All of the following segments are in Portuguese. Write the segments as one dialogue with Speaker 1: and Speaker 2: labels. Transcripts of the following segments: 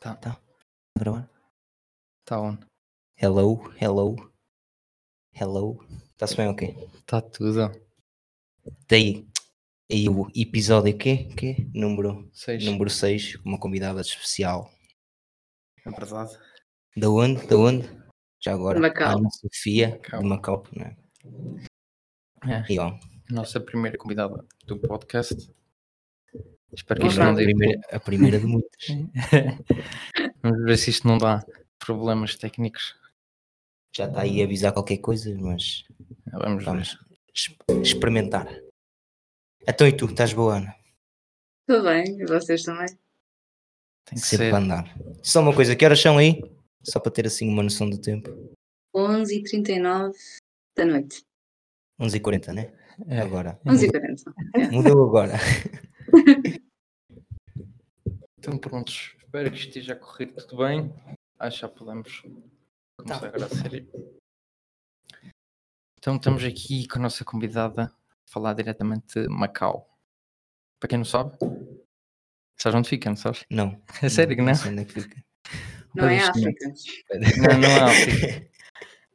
Speaker 1: Tá,
Speaker 2: Tá a gravar?
Speaker 1: tá on.
Speaker 2: Hello, hello, hello. Está-se bem ou quê?
Speaker 1: Tá tudo.
Speaker 2: Daí, aí o episódio quê? quê? Número,
Speaker 1: Seis.
Speaker 2: número 6, uma convidada especial.
Speaker 1: É verdade.
Speaker 2: Da onde? Da onde? Já agora.
Speaker 3: De Macau.
Speaker 2: Ana Sofia,
Speaker 1: Macau.
Speaker 2: de Macau. Né?
Speaker 1: É.
Speaker 2: E ó,
Speaker 1: Nossa primeira convidada do podcast. Espero que
Speaker 2: isto
Speaker 1: isto
Speaker 2: é a
Speaker 1: não dê.
Speaker 2: primeira, a primeira de muitas.
Speaker 1: Vamos ver se isto não dá problemas técnicos.
Speaker 2: Já está aí a avisar qualquer coisa, mas
Speaker 1: Ah, Vamos ver.
Speaker 2: vamos es- experimentar. Então e tu, estás boa, Ana?
Speaker 3: Tudo bem, e vocês também?
Speaker 1: Tem que
Speaker 2: Sempre
Speaker 1: ser.
Speaker 2: para andar. Só uma coisa, que horas são aí? Só para ter assim uma noção do tempo.
Speaker 3: 11h39 da noite.
Speaker 2: 11h40, né?
Speaker 1: É.
Speaker 2: Agora.
Speaker 3: 11h40.
Speaker 2: Mudou agora.
Speaker 1: Então prontos. Espero que esteja a correr tudo bem. Acho que já podemos começar
Speaker 2: Tá.
Speaker 1: agora a série. Então estamos aqui com a nossa convidada a falar diretamente de Macau. Para quem não sabe, sabes onde fica, não sabes?
Speaker 2: Não.
Speaker 1: É sério que não?
Speaker 2: sei onde é que fica.
Speaker 3: Não é
Speaker 1: Pois,
Speaker 3: África.
Speaker 1: Não, não é África.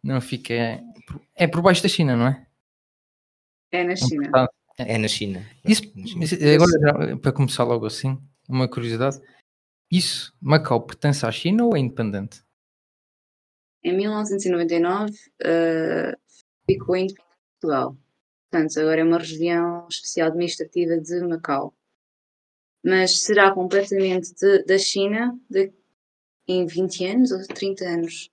Speaker 1: Não fica. é por- É por baixo da China, não é?
Speaker 3: É na China.
Speaker 1: Portanto,
Speaker 2: É na China.
Speaker 1: Isso,
Speaker 2: Na China.
Speaker 1: mas eh, agora, já, para começar logo assim, uma curiosidade: isso, Macau, pertence à China ou é independente?
Speaker 3: Em 1999 eh, ficou em Portugal. Portanto, agora é uma região especial administrativa de Macau. Mas será completamente de- da China de- em 20 anos ou 30 anos?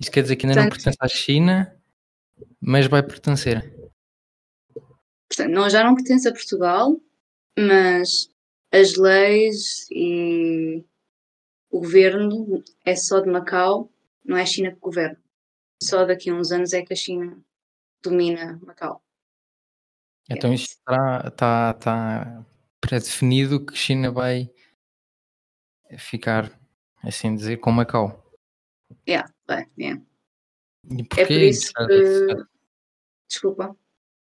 Speaker 1: Isso quer dizer que ainda não
Speaker 3: Portanto-
Speaker 1: pertence à China, mas vai pertencer.
Speaker 3: Portanto, não, já não pertence a Portugal, mas as leis e o governo é só de Macau, não é a China que governa. Só daqui a uns anos é que a China domina Macau.
Speaker 1: Então isto está, está, está pré-definido que China vai ficar, assim dizer, com Macau.
Speaker 3: Bem, é.
Speaker 1: E
Speaker 3: É por
Speaker 1: porquê?
Speaker 3: isso que. Desculpa.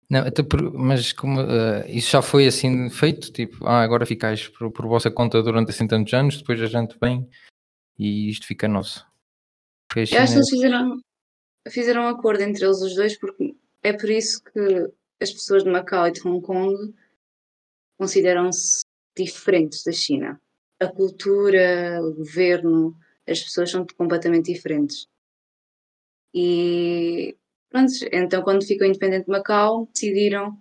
Speaker 1: Não, até por- mas como eh, isso já foi assim feito, tipo, ah, agora ficais por, por vossa conta durante assim tantos anos, depois a gente vem e isto fica nosso. assim, né? Porque a
Speaker 3: Eu acho que
Speaker 1: China-
Speaker 3: eles fizeram, fizeram um acordo entre eles os dois, porque é por isso que as pessoas de Macau e de Hong Kong consideram-se diferentes da China. A cultura, o governo, as pessoas são completamente diferentes. E pronto, então quando ficou independente de Macau, decidiram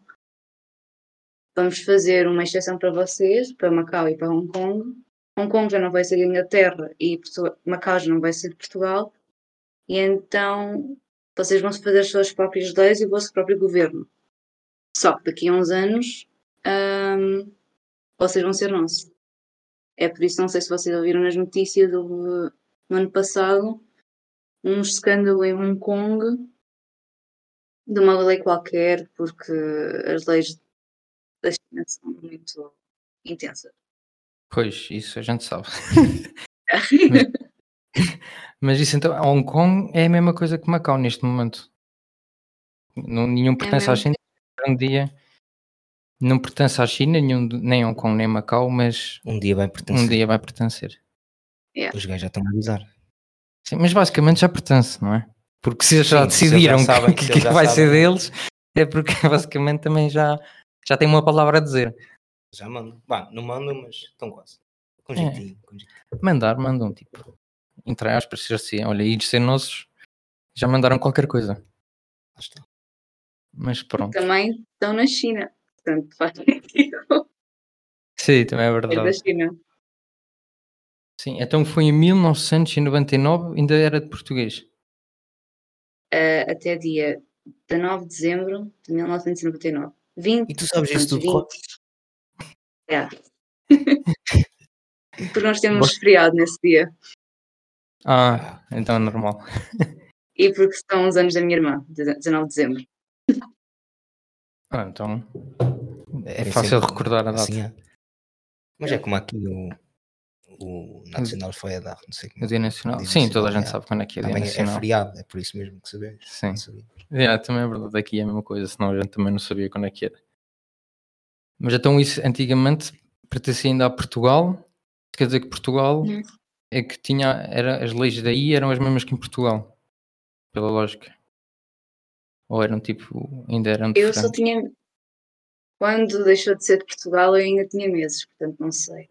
Speaker 3: vamos fazer uma exceção para vocês, para Macau e para Hong Kong. Hong Kong já não vai ser Inglaterra e Portu- Macau já não vai ser Portugal, e então vocês vão fazer as suas próprias leis e o vosso próprio governo. Só que daqui a uns anos hum, vocês vão ser nosso. É por isso, não sei se vocês ouviram nas notícias, houve no ano passado um escândalo em Hong Kong de uma lei qualquer, porque as leis da China são muito intensas.
Speaker 1: Pois, isso a gente sabe. mas, mas isso então, Hong Kong é a mesma coisa que Macau neste momento. Não, nenhum pertence à
Speaker 3: É mesmo.
Speaker 1: China. Um dia não pertence à China, nenhum, de- nem Hong Kong, nem Macau, mas
Speaker 2: Um dia vai pertencer.
Speaker 1: um dia vai pertencer.
Speaker 2: Os gajos já estão a avisar.
Speaker 1: Sim, mas basicamente já pertence, não é? Porque se eles já
Speaker 2: Sim, se eles já
Speaker 1: decidiram que-
Speaker 2: sabem,
Speaker 1: que,
Speaker 2: se eles
Speaker 1: que
Speaker 2: já
Speaker 1: vai ser
Speaker 2: sabem.
Speaker 1: deles, é porque basicamente também já, já tem uma palavra a dizer.
Speaker 2: Já mandam. Vá, não mandam, mas estão quase. Com
Speaker 1: É.
Speaker 2: jeitinho. com jeitinho.
Speaker 1: Mandar, mandam tipo. Entre aspas, se assim, olha, e de ser nossos, já mandaram qualquer coisa.
Speaker 2: Lá está.
Speaker 1: Mas pronto.
Speaker 3: Também estão na China, portanto faz sentido
Speaker 1: Sim, também é
Speaker 3: ser da
Speaker 1: verdade.
Speaker 3: China.
Speaker 1: Sim, então foi em 1999, ainda era de português.
Speaker 3: eh, até dia 19 de dezembro de 1999. 20,
Speaker 2: E tu sabes isso tudo?
Speaker 3: portanto,
Speaker 2: qual-
Speaker 3: 20, é. Porque nós temos
Speaker 1: Gosto-
Speaker 3: feriado nesse dia
Speaker 1: Ah, então é normal.
Speaker 3: e porque são os anos da minha irmã, de- 19 de dezembro.
Speaker 1: Ah, então é
Speaker 2: Sim,
Speaker 1: fácil
Speaker 2: sim.
Speaker 1: recordar a data.
Speaker 2: Assim é. Mas é como aqui o, o Nacional foi a dar, não sei como.
Speaker 1: O Dia é Nacional.
Speaker 2: Dia
Speaker 1: Sim, toda a
Speaker 2: Nacional,
Speaker 1: gente
Speaker 2: é.
Speaker 1: sabe quando é que é o Dia
Speaker 2: Também é
Speaker 1: Nacional.
Speaker 2: feriado, é por isso mesmo que sabemos.
Speaker 1: Sim.
Speaker 2: Não sabia.
Speaker 1: É, também é verdade, aqui é a mesma coisa, senão a gente também não sabia quando é que era. Mas então isso antigamente pertencia ainda a Portugal, Quer dizer que Portugal
Speaker 3: Hum.
Speaker 1: é que tinha, era, as leis daí eram as mesmas que em Portugal, pela lógica. Ou eram tipo, ainda eram
Speaker 3: Eu só
Speaker 1: diferentes.
Speaker 3: tinha. Quando deixou de ser de Portugal, eu ainda tinha meses, portanto não sei.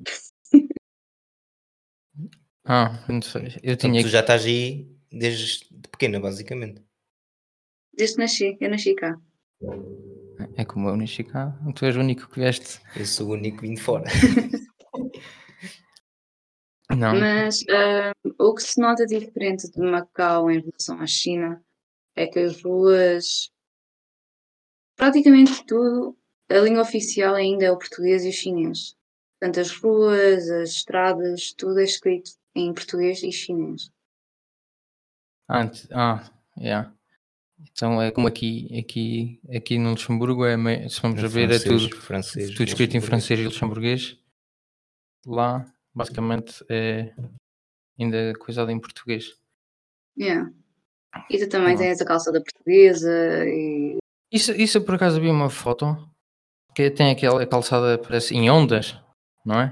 Speaker 1: Ah, não sei. Eu
Speaker 2: Portanto,
Speaker 1: tinha
Speaker 2: tu já estás aí desde pequena, basicamente.
Speaker 3: Desde que nasci, eu nasci cá.
Speaker 1: É como eu nasci cá, tu és o único que vieste.
Speaker 2: Eu sou o único vindo fora.
Speaker 1: Não,
Speaker 3: Mas ah, o que se nota diferente de Macau em relação à China é que as ruas, praticamente tudo, a língua oficial ainda é o português e o chinês. Portanto, as ruas, as estradas, tudo é escrito em português e chinês.
Speaker 1: antes. Ah, yeah. Então é como aqui, aqui, aqui no Luxemburgo, é meio, se vamos a ver, é
Speaker 2: Francês,
Speaker 1: tudo,
Speaker 2: francês,
Speaker 1: tudo escrito em
Speaker 2: luxemburguês.
Speaker 1: francês e luxemburguês. Lá, basicamente, é ainda coisado em português.
Speaker 3: Yeah. E tu também
Speaker 1: Bom.
Speaker 3: tens a calçada portuguesa e
Speaker 1: Isso, isso eu por acaso vi uma foto que tem aquela calçada, parece em ondas, não é?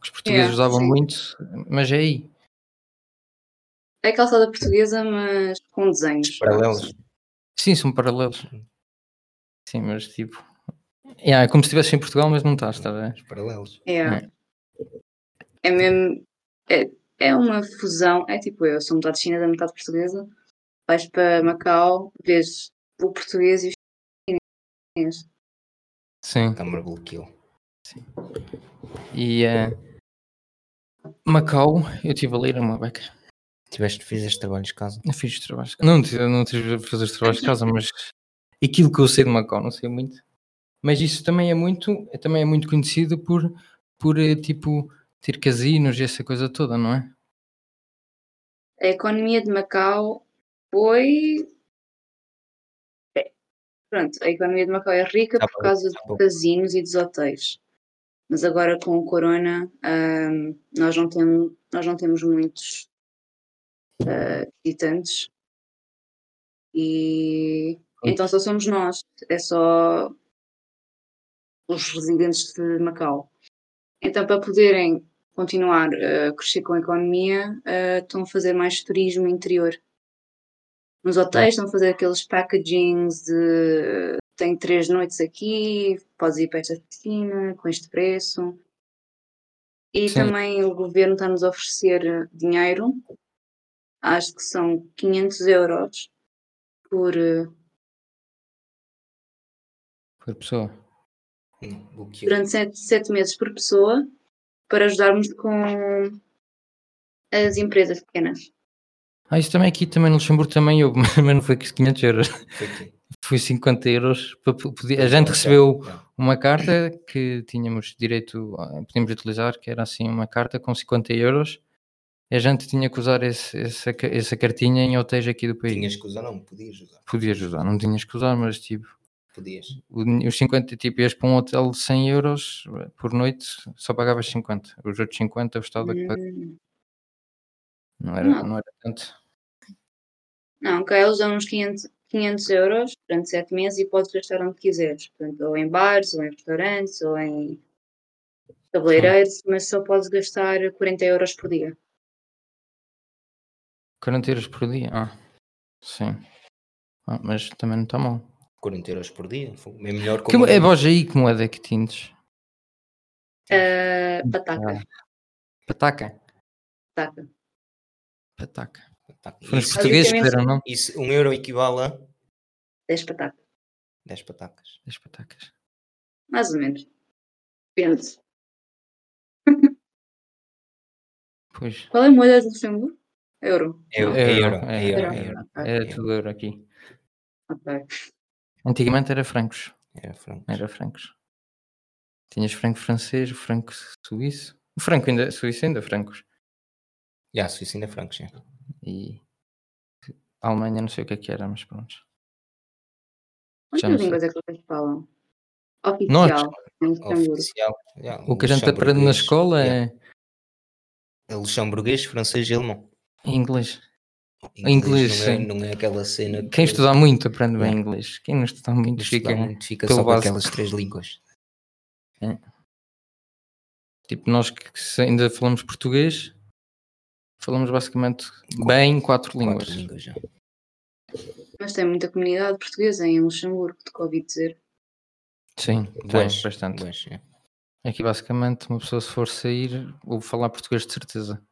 Speaker 1: Que os portugueses
Speaker 3: Yeah,
Speaker 1: usavam
Speaker 3: sim.
Speaker 1: muito, mas é aí.
Speaker 3: É calçada portuguesa, mas com desenhos.
Speaker 2: Paralelos.
Speaker 1: Sim, são paralelos. Sim, mas tipo. Yeah, é como se estivesse em Portugal, mas não estás, estás a ver?
Speaker 2: Paralelos.
Speaker 3: É.
Speaker 1: É.
Speaker 3: É mesmo. É, é uma fusão. É tipo eu, sou metade china da metade portuguesa. Vais para Macau, vês o português e o chinês.
Speaker 1: Sim.
Speaker 2: Câmara bloqueou.
Speaker 1: E eh, Macau, eu estive a ler uma beca.
Speaker 2: Tiveste, fizeste trabalhos de casa?
Speaker 1: Não fiz os trabalhos. Não, tive- não tive a fazer os trabalhos de casa, mas aquilo que eu sei de Macau, não sei muito. Mas isso também é muito, é- também é muito conhecido por, por eh, tipo ter casinos e essa coisa toda, não é?
Speaker 3: A economia de Macau foi. É, Pronto, a economia de Macau é rica
Speaker 2: Tá
Speaker 3: por
Speaker 2: bom,
Speaker 3: causa de
Speaker 2: tá bom.
Speaker 3: casinos e dos hotéis. Mas agora com o corona, ahm, nós, não temos, nós não temos muitos ah, visitantes. E então só somos nós, é só os residentes de Macau. Então, para poderem continuar ah, a crescer com a economia, ah, estão a fazer mais turismo interior. Nos hotéis estão a fazer aqueles packagings de tem três noites aqui, podes ir para esta piscina com este preço. E
Speaker 1: Sim.
Speaker 3: também o governo está-nos a oferecer dinheiro, acho que são 500 euros por. eh,
Speaker 1: Por pessoa.
Speaker 2: Não, bloqueou.
Speaker 3: durante sete, sete meses por pessoa para ajudarmos com as empresas pequenas.
Speaker 1: Ah, isso também aqui, também no Luxemburgo também houve, mas não foi que 500 euros.
Speaker 2: Foi aqui.
Speaker 1: foi 50 euros para po- poder. A
Speaker 2: Não,
Speaker 1: gente
Speaker 2: já,
Speaker 1: recebeu
Speaker 2: já.
Speaker 1: uma carta que tínhamos direito, a- podíamos utilizar, que era assim uma carta com 50 euros. A gente tinha que usar esse- essa, ca- essa cartinha em hotéis aqui do país.
Speaker 2: Tinhas que usar, não, podias usar.
Speaker 1: Podias usar, não tinhas que usar, mas tipo,
Speaker 2: Podias.
Speaker 1: o din- os 50, tipo, ias para um hotel de 100 euros eh, por noite, só pagavas 50. Os outros 50 o Estado é que pagava.
Speaker 3: Hum,
Speaker 1: não era,
Speaker 3: não.
Speaker 1: não era tanto.
Speaker 3: Não, cá eles dão uns 500, 500 euros durante sete meses e podes gastar onde quiseres. Portanto, ou em bares, ou em restaurantes, ou em cabeleireiros, mas só podes gastar 40 euros por dia.
Speaker 1: 40 euros por dia? Ah, sim. Ah, mas também não está mal.
Speaker 2: 40 euros por dia. foi- É melhor
Speaker 1: Que, mo- é vós aí que moeda é que tintes?
Speaker 3: Ah, pataca,
Speaker 1: Pataca?
Speaker 3: pataca.
Speaker 1: Pataca.
Speaker 2: Tá,
Speaker 1: Foram os
Speaker 2: isso-
Speaker 1: portugueses que
Speaker 3: basicamente-
Speaker 1: deram, não?
Speaker 2: Isso, um euro equivale a
Speaker 3: 10 patacas,
Speaker 2: 10 patacas.
Speaker 1: As patacas.
Speaker 3: mais ou menos. Depende.
Speaker 1: Pois,
Speaker 3: Qual é a moeda de Luxemburgo? Euro.
Speaker 2: Euro,
Speaker 1: É
Speaker 2: é
Speaker 1: euro,
Speaker 2: euro,
Speaker 1: é
Speaker 2: é euro, é euro.
Speaker 3: Ok.
Speaker 1: era tudo euro aqui.
Speaker 3: Ok.
Speaker 1: Antigamente era francos.
Speaker 2: Era franco.
Speaker 1: Era francos. Tinhas franco francês, o franco suíço. O franco ainda, suíço ainda é francos.
Speaker 2: Já, Suíça ainda é franco, sim.
Speaker 1: E a Alemanha não sei o que é que era, mas pronto. Já não
Speaker 3: Quantas
Speaker 1: sei.
Speaker 3: línguas é que vocês falam? Oficial.
Speaker 1: Nós?
Speaker 3: em Luxemburgo.
Speaker 2: Oficial. já,
Speaker 1: O que a gente aprende na
Speaker 2: luxemburguês,
Speaker 1: escola
Speaker 2: já.
Speaker 1: é
Speaker 2: Luxemburguês, francês e alemão.
Speaker 1: inglês. Inglês,
Speaker 2: não, é,
Speaker 1: sim.
Speaker 2: não é aquela cena.
Speaker 1: Quem
Speaker 2: que-
Speaker 1: estudar muito aprende bem
Speaker 2: Yeah.
Speaker 1: inglês. Quem não estudar muito
Speaker 2: Estudar
Speaker 1: fica.
Speaker 2: muito, fica
Speaker 1: pelo
Speaker 2: só com
Speaker 1: básico.
Speaker 2: aquelas três línguas.
Speaker 1: Tipo, nós que que se- ainda falamos português, falamos basicamente bem quatro línguas.
Speaker 2: Quatro línguas já.
Speaker 3: Mas tem muita comunidade portuguesa em Luxemburgo, de que ouvi dizer.
Speaker 1: Sim, bem,
Speaker 2: Pois,
Speaker 1: bastante.
Speaker 2: pois, é.
Speaker 1: Aqui basicamente uma pessoa se for sair, vou falar português de certeza.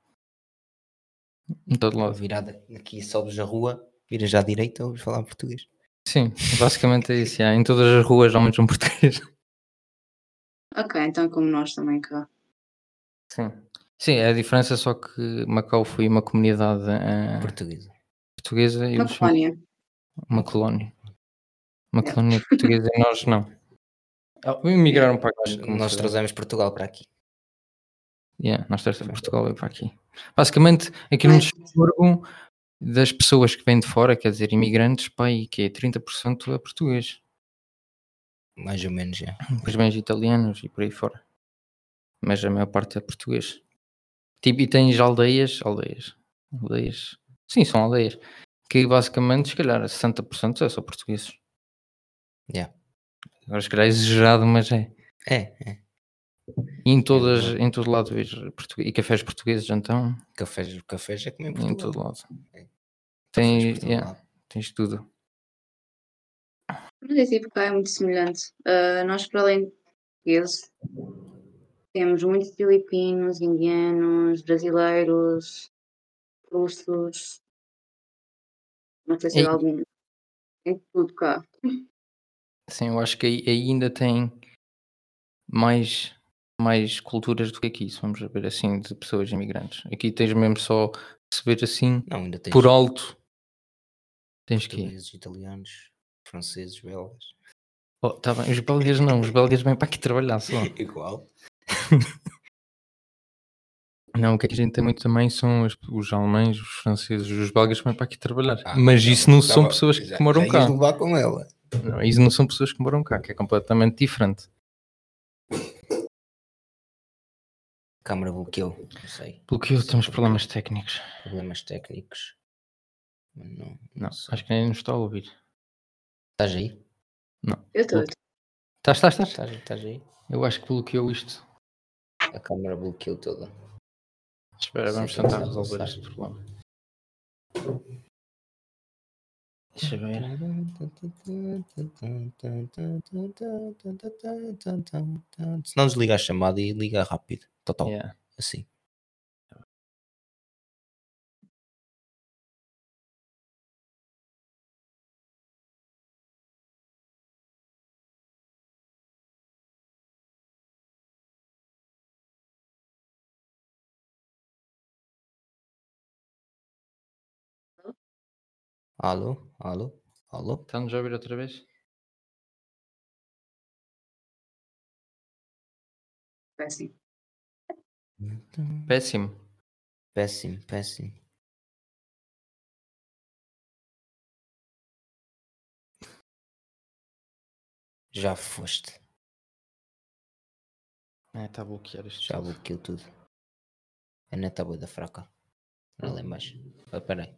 Speaker 1: Em todo lado.
Speaker 2: Virada aqui, sobes a rua, viras à direita, ouves falar português.
Speaker 1: Sim, basicamente é isso. yeah. Em todas as ruas há menos um português.
Speaker 3: Ok, então é como nós também cá.
Speaker 1: Sim. Sim, é a diferença só que Macau foi uma comunidade eh,
Speaker 2: Português.
Speaker 1: portuguesa e
Speaker 3: Na
Speaker 1: Luxemburgo-
Speaker 3: Polónia.
Speaker 1: Uma colónia. Uma colónia portuguesa e nós não. Ah, Emigraram para cá. acho que como
Speaker 2: Nós
Speaker 1: se-
Speaker 2: trazemos Portugal para aqui.
Speaker 1: yeah, nós trazemos para Portugal e para aqui. Basicamente, aqui no Luxemburgo, das pessoas que vêm de fora, quer dizer, imigrantes, pai, que é 30% é português.
Speaker 2: Mais ou menos, já.
Speaker 1: Depois vêm os italianos e por aí fora. Mas a maior parte é português. Tipo, e tens aldeias, aldeias, aldeias. Sim, são aldeias. Que basicamente, se calhar, 60% é só portugueses.
Speaker 2: Yeah.
Speaker 1: Agora, se calhar, é exagerado, mas é.
Speaker 2: É, é.
Speaker 1: E em, todas, em todo lado vês português, e cafés portugueses então,
Speaker 2: Cafés, cafés é comer em
Speaker 1: em
Speaker 2: Portugal.
Speaker 1: todo lado. é.
Speaker 2: É. Cafés
Speaker 1: Tens,
Speaker 2: Portugal.
Speaker 1: yeah, tens tudo.
Speaker 3: Mas é tipo cá, é muito semelhante. Ah, nós, para além de portugueses, temos muitos filipinos, indianos, brasileiros, russos. Não sei se
Speaker 1: Ei.
Speaker 3: há algum. Tem tudo cá.
Speaker 1: Sim, eu acho que aí, aí ainda tem mais, mais culturas do que aqui, se vamos ver assim, de pessoas imigrantes. Aqui tens mesmo só receber assim,
Speaker 2: Não, ainda tens
Speaker 1: por alto. Tens que ir.
Speaker 2: portugueses, italianos, franceses, belgas.
Speaker 1: Oh, tá bem. Os belgas não, os belgas vêm para aqui trabalhar só.
Speaker 2: Igual.
Speaker 1: Não, o que a gente tem muito também são os, os alemães, os franceses, os belgas vêm para aqui trabalhar.
Speaker 2: Ah,
Speaker 1: Mas
Speaker 2: tá
Speaker 1: isso
Speaker 2: bom,
Speaker 1: não
Speaker 2: tá
Speaker 1: são
Speaker 2: bom.
Speaker 1: pessoas que
Speaker 2: Já-
Speaker 1: moram
Speaker 2: já
Speaker 1: cá.
Speaker 2: ias levar com ela.
Speaker 1: Não, isso não são pessoas que moram cá, que é completamente diferente.
Speaker 2: Câmara bloqueou, não sei.
Speaker 1: Bloqueou, temos problemas técnicos.
Speaker 2: Problemas técnicos. Mas não.
Speaker 1: Não, acho que nem nos está a ouvir.
Speaker 2: Estás aí?
Speaker 3: Eu estou.
Speaker 1: Estás, estás, estás.
Speaker 2: Estás, estás aí?
Speaker 1: Eu acho que bloqueou isto.
Speaker 2: A câmara bloqueou toda.
Speaker 1: Espera,
Speaker 2: Sim,
Speaker 1: vamos tentar
Speaker 2: sim,
Speaker 1: resolver
Speaker 2: sim.
Speaker 1: este problema. Deixa eu ver.
Speaker 2: Se não desliga a chamada e liga rápido. Total.
Speaker 1: Yeah.
Speaker 2: Assim. Alô? Alô? Alô?
Speaker 1: Está-nos a ouvir outra vez?
Speaker 3: Assim.
Speaker 1: Péssimo.
Speaker 2: Péssimo, péssimo. Já foste.
Speaker 1: É, está a bloquear isto.
Speaker 2: Já bloqueou tudo. A neta boa da fraca. Não lembro mais. Ah, peraí.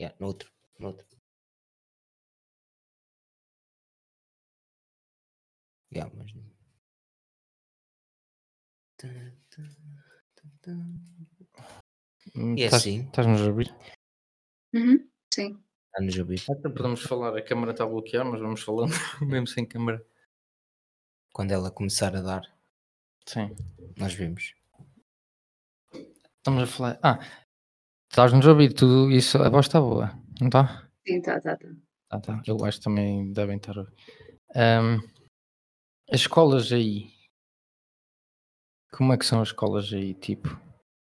Speaker 2: Yeah, no outro. No outro. Yeah, mas...
Speaker 1: Hum,
Speaker 2: E é
Speaker 1: estás-
Speaker 2: assim.
Speaker 1: Estás-nos Hum, a ouvir?
Speaker 3: Uhum, Sim.
Speaker 2: Está-nos a ouvir.
Speaker 1: Podemos falar, a câmara está a bloquear, mas vamos falando mesmo sem câmara.
Speaker 2: Quando ela começar a dar,
Speaker 1: Sim.
Speaker 2: nós vemos.
Speaker 1: Estamos a falar. Ah, estás-nos a ouvir tudo isso. A voz está boa, não está?
Speaker 3: Sim, tá, tá, tá.
Speaker 1: Ah, tá. Eu acho que também devem estar. a ouvir. Ahm, as escolas aí. Como é que são as escolas aí? Tipo,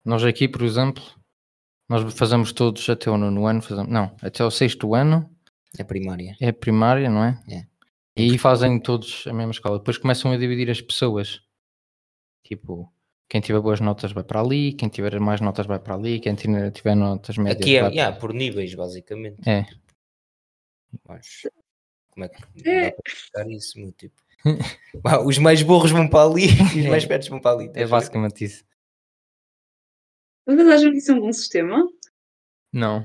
Speaker 1: nós aqui, por exemplo, nós fazemos todos até o nono ano, fazemos, não, até o sexto ano
Speaker 2: É primária.
Speaker 1: é primária, não é?
Speaker 2: É.
Speaker 1: E aí fazem todos a mesma escola. Depois começam a dividir as pessoas. Tipo, quem tiver boas notas vai para ali, quem tiver mais notas vai para ali, quem tiver tiver notas médias
Speaker 2: Aqui é
Speaker 1: vai
Speaker 2: yeah, por níveis, basicamente. Tipo,
Speaker 1: É.
Speaker 2: Mas como é que não dá para explicar isso, meu tipo? Bah, os mais burros vão para ali e os mais espertos vão para ali.
Speaker 1: É
Speaker 2: estás a ver?
Speaker 1: basicamente isso.
Speaker 3: Vocês acham que isso é um bom sistema?
Speaker 1: Não,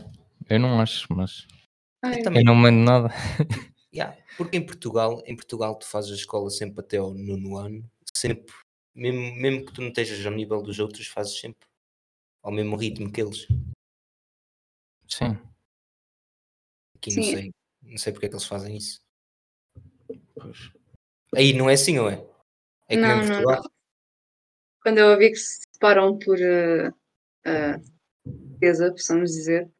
Speaker 1: eu não acho, mas
Speaker 3: Ai,
Speaker 2: Também
Speaker 1: eu não mando nada.
Speaker 2: Yeah, porque em Portugal, em Portugal tu fazes a escola sempre até ao nono ano, sempre mesmo, mesmo que tu não estejas ao nível dos outros, fazes sempre ao mesmo ritmo que eles.
Speaker 1: Sim.
Speaker 2: Aqui
Speaker 3: Sim.
Speaker 2: não sei. Não sei porque é que eles fazem isso. Aí não é assim, ou é? É que
Speaker 3: Não,
Speaker 2: nem em
Speaker 3: não,
Speaker 2: Portugal.
Speaker 3: Quando eu ouvi que se separam por eh, eh, certeza, possamos dizer.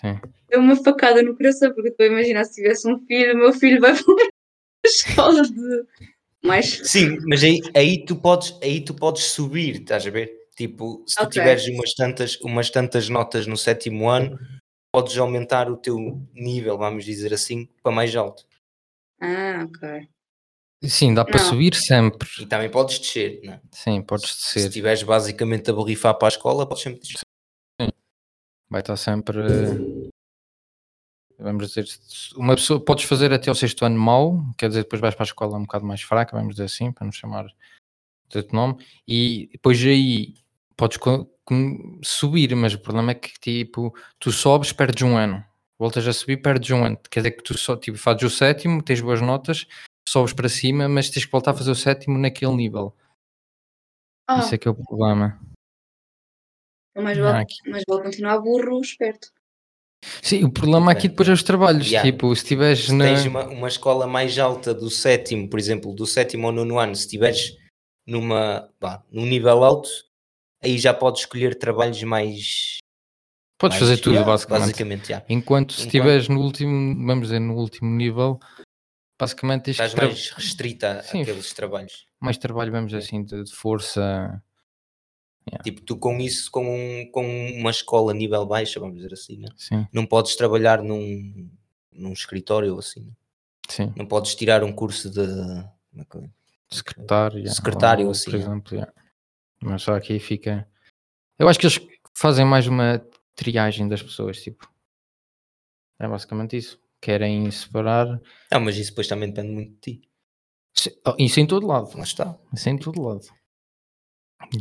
Speaker 1: Sim.
Speaker 3: Deu uma facada no coração, porque estou a imaginar se tivesse um filho, o meu filho vai para uma escola de mais.
Speaker 2: Sim, mas aí, aí, tu podes, aí tu podes subir, estás a ver? Tipo, se tu
Speaker 3: Ok.
Speaker 2: tiveres umas tantas, umas tantas notas no sétimo ano, podes aumentar o teu nível, vamos dizer assim, para mais alto.
Speaker 3: Ah, ok.
Speaker 1: Sim, dá para
Speaker 3: Não.
Speaker 1: subir sempre.
Speaker 2: E também podes descer, não é?
Speaker 1: Sim, podes
Speaker 2: Se
Speaker 1: descer.
Speaker 2: estiveres basicamente a borrifar para a escola, podes sempre descer.
Speaker 1: Vai estar sempre. eh, Vamos dizer, uma pessoa podes fazer até o sexto ano mau, quer dizer, depois vais para a escola um bocado mais fraca, vamos dizer assim, para não chamar de outro nome, e depois aí podes co- com- subir, mas o problema é que tipo, tu sobes, perdes um ano, voltas a subir, perdes um ano, quer dizer que tu só tipo, fazes o sétimo, tens boas notas, sobes para cima, mas tens que voltar a fazer o sétimo naquele nível.
Speaker 3: Ah,
Speaker 1: Isso é que é o problema.
Speaker 3: então mais,
Speaker 1: Não, é
Speaker 3: vale,
Speaker 1: aqui-
Speaker 3: mais vale continuar burro, esperto.
Speaker 1: Sim, o problema aqui
Speaker 2: Bem,
Speaker 1: depois é os trabalhos.
Speaker 2: yeah.
Speaker 1: Tipo, se estiveres
Speaker 2: Se
Speaker 1: na.
Speaker 2: tens uma, uma escola mais alta do sétimo, por exemplo, do sétimo ao nono ano, se estiveres numa, vá, num nível alto, aí já podes escolher trabalhos mais.
Speaker 1: Podes
Speaker 2: mais-
Speaker 1: fazer tudo,
Speaker 2: yeah,
Speaker 1: basicamente.
Speaker 2: basicamente yeah.
Speaker 1: Enquanto se
Speaker 2: Enquanto-
Speaker 1: estiveres no último, vamos dizer, no último nível, basicamente tens
Speaker 2: Estás
Speaker 1: que tra-
Speaker 2: mais restrita
Speaker 1: Sim.
Speaker 2: àqueles trabalhos.
Speaker 1: mais trabalho, vamos dizer assim, de, de força.
Speaker 2: Tipo, tu com isso, com, um- com uma escola nível baixa, vamos dizer assim, né?
Speaker 1: Sim,
Speaker 2: não podes trabalhar num, num escritório ou assim. né?
Speaker 1: sim.
Speaker 2: Não podes tirar um curso de. como é que é?
Speaker 1: Secretário.
Speaker 2: Secretário,
Speaker 1: ou-
Speaker 2: assim,
Speaker 1: Por
Speaker 2: é.
Speaker 1: exemplo, yeah. Mas só aqui fica. Eu acho que eles fazem mais uma triagem das pessoas, tipo. É basicamente isso. Querem separar.
Speaker 2: Não, mas isso depois também depende muito de ti.
Speaker 1: Se- oh, Isso em todo lado.
Speaker 2: Lá está.
Speaker 1: Isso em todo lado.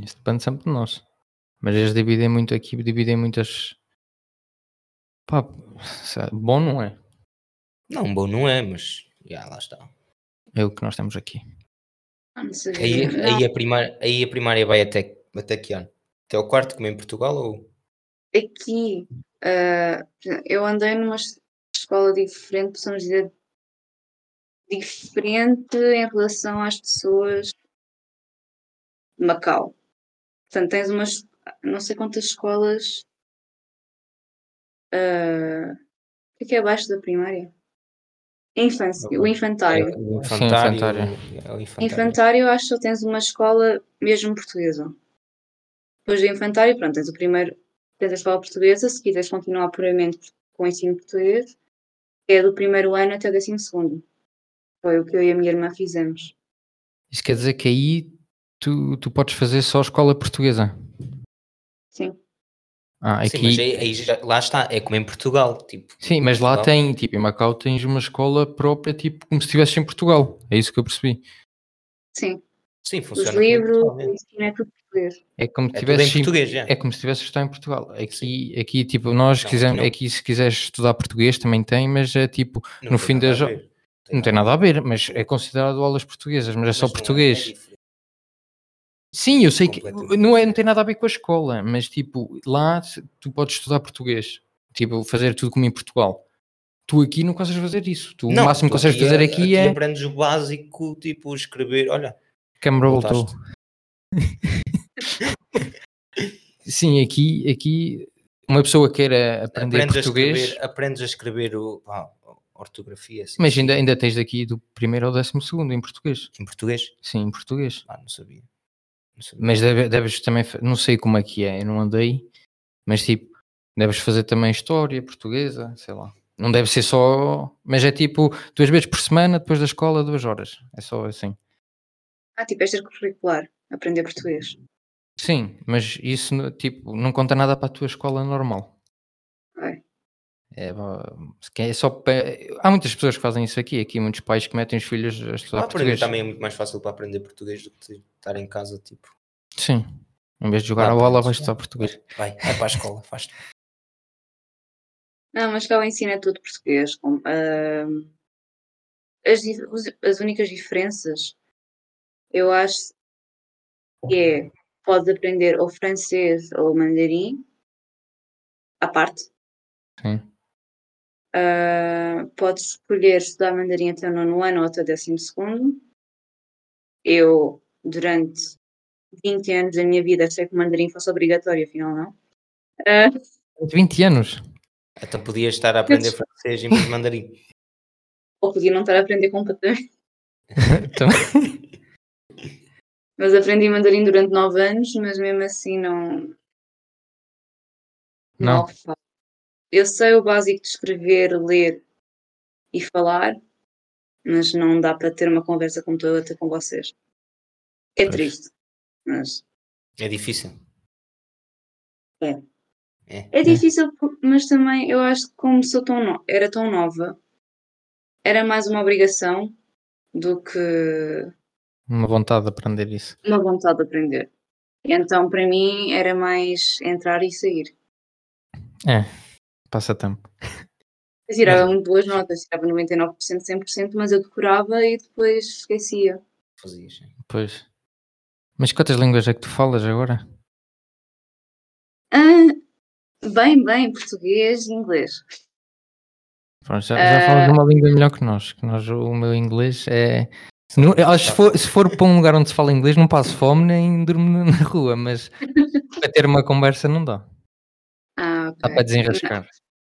Speaker 1: Isso depende sempre de nós. Mas eles dividem muito aqui, dividem muitas. Pá, sa- bom não é?
Speaker 2: Não, bom, não é, mas. Já, lá está.
Speaker 1: É o que nós temos aqui.
Speaker 3: Ah, não sabia.
Speaker 2: Aí,
Speaker 3: Não,
Speaker 2: aí, a primária, aí a primária vai até, até que ano? Até o quarto, como em Portugal? Ou...
Speaker 3: aqui ah, eu andei numa es- escola diferente, possamos dizer diferente em relação às pessoas de Macau. Portanto, tens umas não sei quantas escolas. ah, o que é que é abaixo da primária? Infância, o infantário.
Speaker 2: é O
Speaker 1: Sim,
Speaker 2: infantário.
Speaker 1: infantário.
Speaker 2: é o infantário.
Speaker 3: Infantário, acho que só tens uma escola mesmo portuguesa. Depois do infantário, pronto, tens o primeiro, tens a escola portuguesa, se quiseres continuar puramente com o ensino português, que é do primeiro ano até o décimo segundo. Foi o que eu e a minha irmã fizemos.
Speaker 1: Isso quer dizer que aí tu, tu podes fazer só escola portuguesa.
Speaker 3: Sim.
Speaker 1: Ah,
Speaker 2: Sim,
Speaker 1: aqui.
Speaker 2: mas aí, aí já- lá está, é como em Portugal. Tipo,
Speaker 1: Sim, mas lá
Speaker 2: Portugal.
Speaker 1: tem, tipo, em Macau tens uma escola própria, tipo, como se estivesse em Portugal. É isso que eu percebi.
Speaker 3: Sim.
Speaker 2: Sim,
Speaker 3: Os
Speaker 2: funciona. como em
Speaker 3: livros,
Speaker 2: Portugal, é.
Speaker 3: o ensino é tudo português.
Speaker 1: É como se
Speaker 2: É tudo em
Speaker 1: estivesse
Speaker 2: português, já.
Speaker 1: É como se tivesse estudar em Portugal. Aqui, aqui tipo, nós
Speaker 2: Não,
Speaker 1: quisermos,
Speaker 2: não.
Speaker 1: aqui se quiseres estudar português também tem, mas é tipo, no
Speaker 2: tem
Speaker 1: fim
Speaker 2: nada
Speaker 1: da
Speaker 2: a
Speaker 1: jo-
Speaker 2: ver.
Speaker 1: não tem nada a ver, mas é considerado aulas portuguesas, mas é
Speaker 2: Mas
Speaker 1: só
Speaker 2: não
Speaker 1: português.
Speaker 2: diferente.
Speaker 1: Sim, eu sei que
Speaker 2: Completamente
Speaker 1: não, é, não
Speaker 2: diferente.
Speaker 1: tem nada a ver com a escola, mas tipo, lá se- tu podes estudar português, tipo, fazer tudo como em Portugal. Tu aqui não consegues fazer isso. Tu, o máximo
Speaker 2: tu
Speaker 1: que consegues
Speaker 2: aqui é-
Speaker 1: fazer aqui é
Speaker 2: aprendes o básico, tipo escrever. Olha,
Speaker 1: câmara voltou.
Speaker 2: voltaste.
Speaker 1: Sim, aqui, aqui uma pessoa queira aprender
Speaker 2: aprendes,
Speaker 1: português.
Speaker 2: A escrever, aprendes a escrever o, pá, ortografia assim,
Speaker 1: Mas ainda, ainda tens daqui do primeiro ao décimo segundo em português.
Speaker 2: em português.
Speaker 1: Sim, em português.
Speaker 2: Ah, não sabia. Não sabia.
Speaker 1: Mas deve- deves também. fa- Não sei como é que é, eu não andei. Mas tipo, deves fazer também história portuguesa, sei lá. Não deve ser só. Mas é tipo duas vezes por semana, depois da escola, duas horas. É só assim.
Speaker 3: Ah, tipo, extracurricular, aprender português.
Speaker 1: Sim, mas isso no- tipo, não conta nada para a tua escola normal.
Speaker 3: Ok.
Speaker 1: É, vá, se quer- é só pa- Há muitas pessoas que fazem isso aqui. Aqui há muitos pais que metem os filhos a estudar
Speaker 2: Ah, para mim
Speaker 1: português.
Speaker 2: também é muito mais fácil para aprender português do que estar em casa, tipo,
Speaker 1: Sim. Em vez de jogar
Speaker 2: Ah,
Speaker 1: a bola,
Speaker 2: pronto,
Speaker 1: vais
Speaker 2: já.
Speaker 1: estudar português.
Speaker 2: vai, vai para a escola, faz -te.
Speaker 3: Não, mas cá o ensino é tudo português. com- ahm, as, dif- os- as únicas diferenças, eu acho, que é, podes aprender ou francês ou mandarim, à parte.
Speaker 1: Sim.
Speaker 3: Ah, podes escolher estudar mandarim até o nono ano ou até o décimo segundo. Eu, durante 20 anos da minha vida, achei que o mandarim fosse obrigatório, afinal não. Ah,
Speaker 1: 20 anos.
Speaker 2: Até podias estar a aprender francês em vez de mandarim.
Speaker 3: ou podia não estar a aprender completamente.
Speaker 1: Então,
Speaker 3: Mas aprendi mandarim durante 9 anos, mas mesmo assim não.
Speaker 1: não.
Speaker 3: mal falo. Eu sei o básico de escrever, ler e falar, mas não dá para ter uma conversa como estou a ter com vocês. É
Speaker 2: Pois.
Speaker 3: triste, mas
Speaker 2: É difícil.
Speaker 3: É.
Speaker 2: É.
Speaker 3: é difícil, por- mas também eu acho que como sou tão no- era tão nova, era mais uma obrigação do que
Speaker 1: Uma vontade de aprender isso.
Speaker 3: uma vontade de aprender. Então, para mim, era mais entrar e sair.
Speaker 1: Passa tempo.
Speaker 3: Eu tirava muito boas notas, tirava 99%, 100%, mas eu decorava e depois esquecia.
Speaker 2: Fazias. sim.
Speaker 1: Pois. Mas quantas línguas é que tu falas agora?
Speaker 3: Ah, bem, bem, português e inglês.
Speaker 1: Pronto, já, já falas uma língua melhor que nós. Que nós o meu inglês é. Se, não- eu acho que se, for, se for para um lugar onde se fala inglês, não passo fome nem durmo na na rua, mas para ter uma conversa não dá.
Speaker 3: Ah, ok.
Speaker 1: Dá para desenrascar.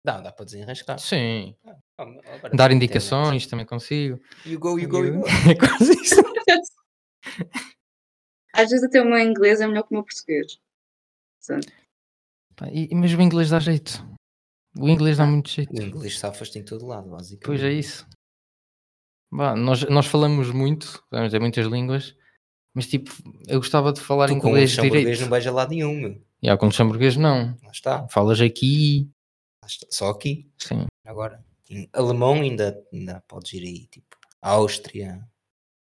Speaker 2: Dá, dá para desenrascar.
Speaker 1: Sim.
Speaker 2: Ah, agora
Speaker 1: Dar
Speaker 2: tem internet.
Speaker 1: indicações tá. também consigo.
Speaker 2: You go, you go, you go.
Speaker 1: É quase isso.
Speaker 3: Às vezes até o meu inglês é melhor que o meu português. Portanto,
Speaker 1: Pá, e- e mas o inglês dá jeito. O inglês dá muito jeito.
Speaker 2: O inglês safas-te em todo lado, basicamente.
Speaker 1: Pois é isso. Bah, nós, nós falamos muito, vamos dizer, muitas línguas, mas tipo, eu gostava de falar
Speaker 2: Tu com o
Speaker 1: inglês
Speaker 2: luxemburguês
Speaker 1: direito.
Speaker 2: não vais a lado nenhum, meu.
Speaker 1: E ao com luxemburguês não.
Speaker 2: Lá está.
Speaker 1: Falas aqui.
Speaker 2: Lá está. Só aqui.
Speaker 1: Sim.
Speaker 2: Agora. Em alemão ainda, ainda podes ir aí, tipo. Áustria.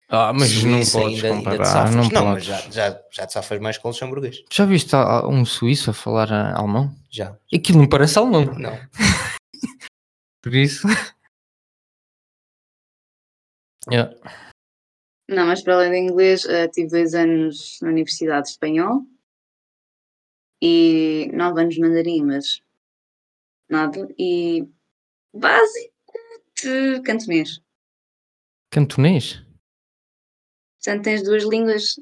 Speaker 1: Ah, mas não
Speaker 2: Suíça
Speaker 1: podes
Speaker 2: ainda, ainda te
Speaker 1: comparar.
Speaker 2: safas.
Speaker 1: Não,
Speaker 2: não, mas
Speaker 1: podes.
Speaker 2: já,
Speaker 1: Já...
Speaker 2: já, já te safas mais com o luxemburguês.
Speaker 1: viste a- um suíço a falar ah, alemão?
Speaker 2: Já.
Speaker 1: Aquilo não parece alemão.
Speaker 2: Não.
Speaker 1: Por isso. Yeah.
Speaker 3: não, mas para além do inglês, eh, tive dois anos na Universidade de Espanhol e nove anos de mandarim, mas nada. E básico de cantonês.
Speaker 1: Cantonês?
Speaker 3: Portanto, tens duas línguas.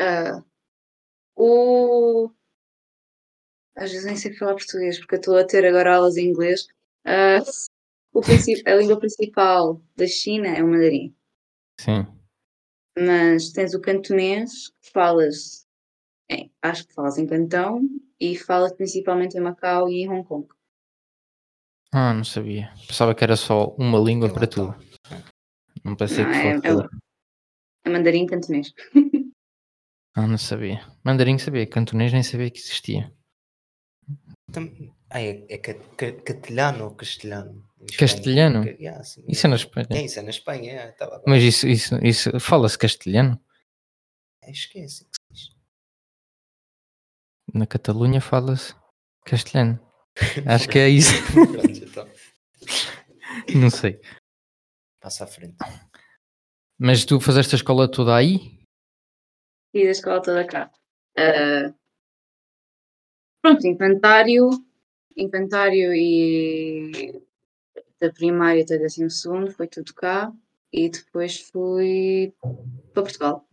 Speaker 3: ah, o. Às vezes nem sei falar português, porque eu estou a ter agora aulas em inglês. Ah, o princi- a língua principal da China é o mandarim,
Speaker 1: Sim.
Speaker 3: mas tens o cantonês, que falas. em- acho que falas em Cantão e falas principalmente em Macau e em Hong Kong.
Speaker 1: Ah, não sabia. Pensava que era só uma língua
Speaker 2: Sei lá,
Speaker 1: para tudo.
Speaker 2: tá.
Speaker 1: Não pensei
Speaker 3: Não,
Speaker 1: que
Speaker 3: é-
Speaker 1: fosse.
Speaker 3: é o- É mandarim e cantonês.
Speaker 1: Ah, não sabia. Mandarim sabia, cantonês nem sabia que existia.
Speaker 2: Tam- Ah, é, é ca- ca- catalano ou castelhano? Em Espanha.
Speaker 1: Castelhano?
Speaker 2: Ca- yeah, sim,
Speaker 1: Isso é na
Speaker 2: é
Speaker 1: Espanha.
Speaker 2: isso, é na Espanha. é, tava agora.
Speaker 1: Mas isso, isso, isso fala-se castelhano.
Speaker 2: É, Esquece.
Speaker 1: Na Catalunha fala-se castelhano. Acho que é isso.
Speaker 2: Pronto, então,
Speaker 1: Não sei.
Speaker 2: Passa à frente.
Speaker 1: Mas tu fazeste a escola toda aí?
Speaker 3: e da escola toda cá. Ah, pronto, infantário, infantário e da primária até o décimo segundo foi tudo cá e depois fui para Portugal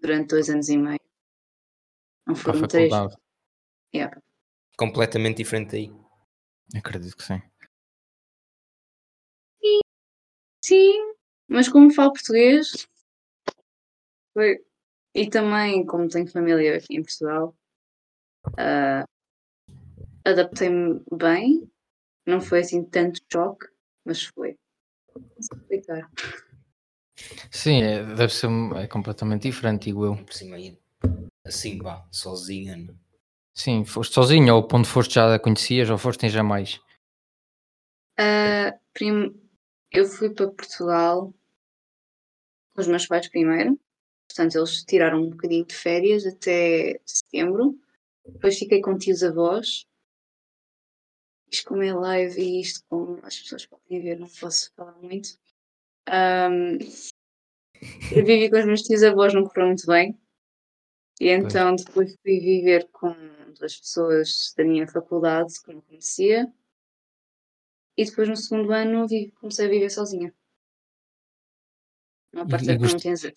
Speaker 3: durante dois anos e meio. Não
Speaker 1: Para a
Speaker 3: foram três.
Speaker 1: faculdade?
Speaker 3: Yeah.
Speaker 2: Completamente diferente aí.
Speaker 1: Acredito que sim.
Speaker 3: Sim, mas como falo português foi. e também como tenho família aqui em Portugal, ah, adaptei-me bem, não foi assim tanto choque, mas foi. Não sei explicar.
Speaker 1: Sim, é, deve ser é completamente diferente, digo eu.
Speaker 2: Por cima aí. Assim, vá, sozinha. né?
Speaker 1: Sim, foste sozinho ou onde foste já a conhecias ou foste em jamais?
Speaker 3: Ah, prim- Eu fui para Portugal com os meus pais primeiro, portanto eles tiraram um bocadinho de férias até setembro, depois fiquei com tios avós. Isto como é live e isto como as pessoas podem ver, não posso falar muito. Ahm, Eu vivi com os meus tios avós, não correu muito bem. E então depois fui viver com duas pessoas da minha faculdade que não conhecia. E depois no segundo ano vi- comecei a viver sozinha. Uma
Speaker 1: E-
Speaker 3: parte é
Speaker 1: e
Speaker 3: que não é
Speaker 1: gost-
Speaker 3: tem zero.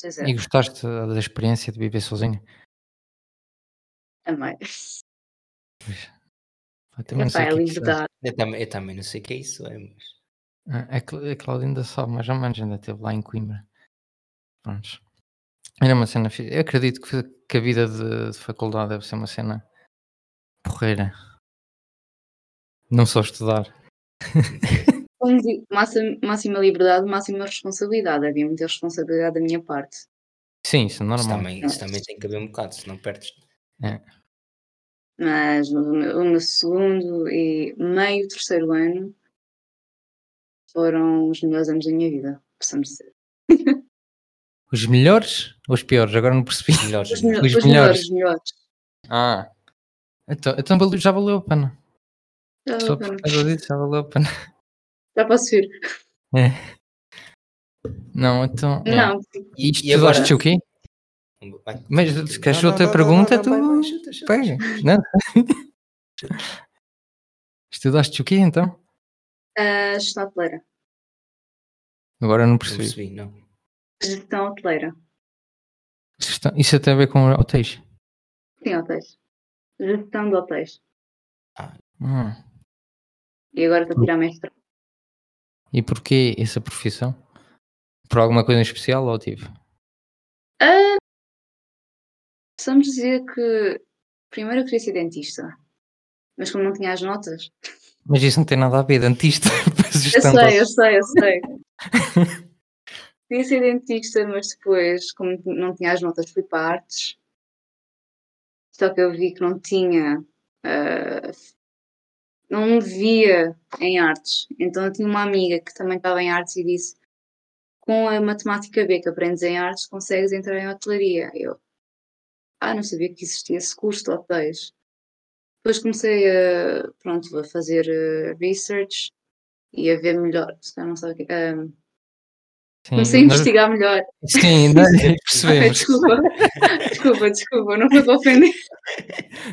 Speaker 3: Tem zero.
Speaker 1: E gostaste da da experiência de viver sozinho?
Speaker 3: Amei.
Speaker 1: Eu também não
Speaker 3: Epá,
Speaker 1: sei o
Speaker 3: é
Speaker 1: que é que
Speaker 3: liberdade.
Speaker 2: Eu também, eu também não sei o que é isso, é, mas.
Speaker 1: Ah, A, Cla- a Cláudia ainda sabe, mas a menos ainda esteve lá em Coimbra. Prontos. Era uma cena fixe. Eu acredito que, que a vida de, de faculdade deve ser uma cena porreira. Não só estudar.
Speaker 3: Como digo, máxima, máxima liberdade, máxima responsabilidade. Havia muita responsabilidade da minha parte.
Speaker 1: Sim, isso
Speaker 2: Isso
Speaker 1: é normal.
Speaker 2: também, isso também tem que haver um bocado, senão perdes.
Speaker 3: Mas no, no meu segundo e meio, terceiro ano foram os melhores anos da minha vida, possamos dizer.
Speaker 1: Os melhores ou os piores? Agora não percebi.
Speaker 2: Melhores.
Speaker 3: Os,
Speaker 2: não é?
Speaker 3: melho-
Speaker 1: Os
Speaker 3: os
Speaker 1: melhores.
Speaker 3: melhores, os melhores.
Speaker 1: Ah. Então, então valeu- já valeu a pena.
Speaker 3: Já,
Speaker 1: Só
Speaker 3: agora,
Speaker 1: por causa disso já valeu a pena.
Speaker 3: já posso ir.
Speaker 1: Não, então. é.
Speaker 3: Não,
Speaker 1: E isto
Speaker 2: E agora?
Speaker 1: achaste o quê?
Speaker 2: Vai.
Speaker 1: Mas se
Speaker 2: Não,
Speaker 1: queres
Speaker 2: não,
Speaker 1: outra
Speaker 2: não,
Speaker 1: pergunta,
Speaker 2: um Tipo, não, não, vai, vai,
Speaker 1: tu
Speaker 2: chuta, chuta,
Speaker 1: pega. Não? Estudaste o quê então?
Speaker 3: a eh, gestão hoteleira.
Speaker 1: Agora não
Speaker 2: Não
Speaker 1: percebi.
Speaker 2: percebi, não.
Speaker 3: Gestão hoteleira.
Speaker 1: Gestão- Isso tem a ver com hotéis.
Speaker 3: Sim, hotéis. Gestão de hotéis.
Speaker 1: Hum.
Speaker 3: E agora estou a tirar mestrado.
Speaker 1: E porquê essa profissão? Por alguma coisa em especial ou tipo? tive?
Speaker 3: Possamos dizer que primeiro eu queria ser dentista, mas como não tinha as notas,
Speaker 1: Mas isso não tem nada a ver, dentista. é para
Speaker 3: Eu
Speaker 1: gestão
Speaker 3: sei,
Speaker 1: de-
Speaker 3: eu sei, eu sei. Queria ser dentista, mas depois, como t- não tinha as notas, fui para artes. Só que eu vi que não tinha. ah, não me via em artes. Então eu tinha uma amiga que também estava em artes e disse: com a matemática B que aprendes em artes, consegues entrar em hotelaria. Eu, ah, não sabia que existia esse curso de hotéis. Depois comecei a, pronto, a fazer ah, research e a ver melhor. Se calhar não sabe o que é. ah,
Speaker 1: Sim,
Speaker 3: Comecei a
Speaker 1: nós-
Speaker 3: investigar melhor.
Speaker 1: Sim, nós
Speaker 3: Ok,
Speaker 1: Hum, percebemos.
Speaker 3: desculpa. desculpa, desculpa, não vou ofender.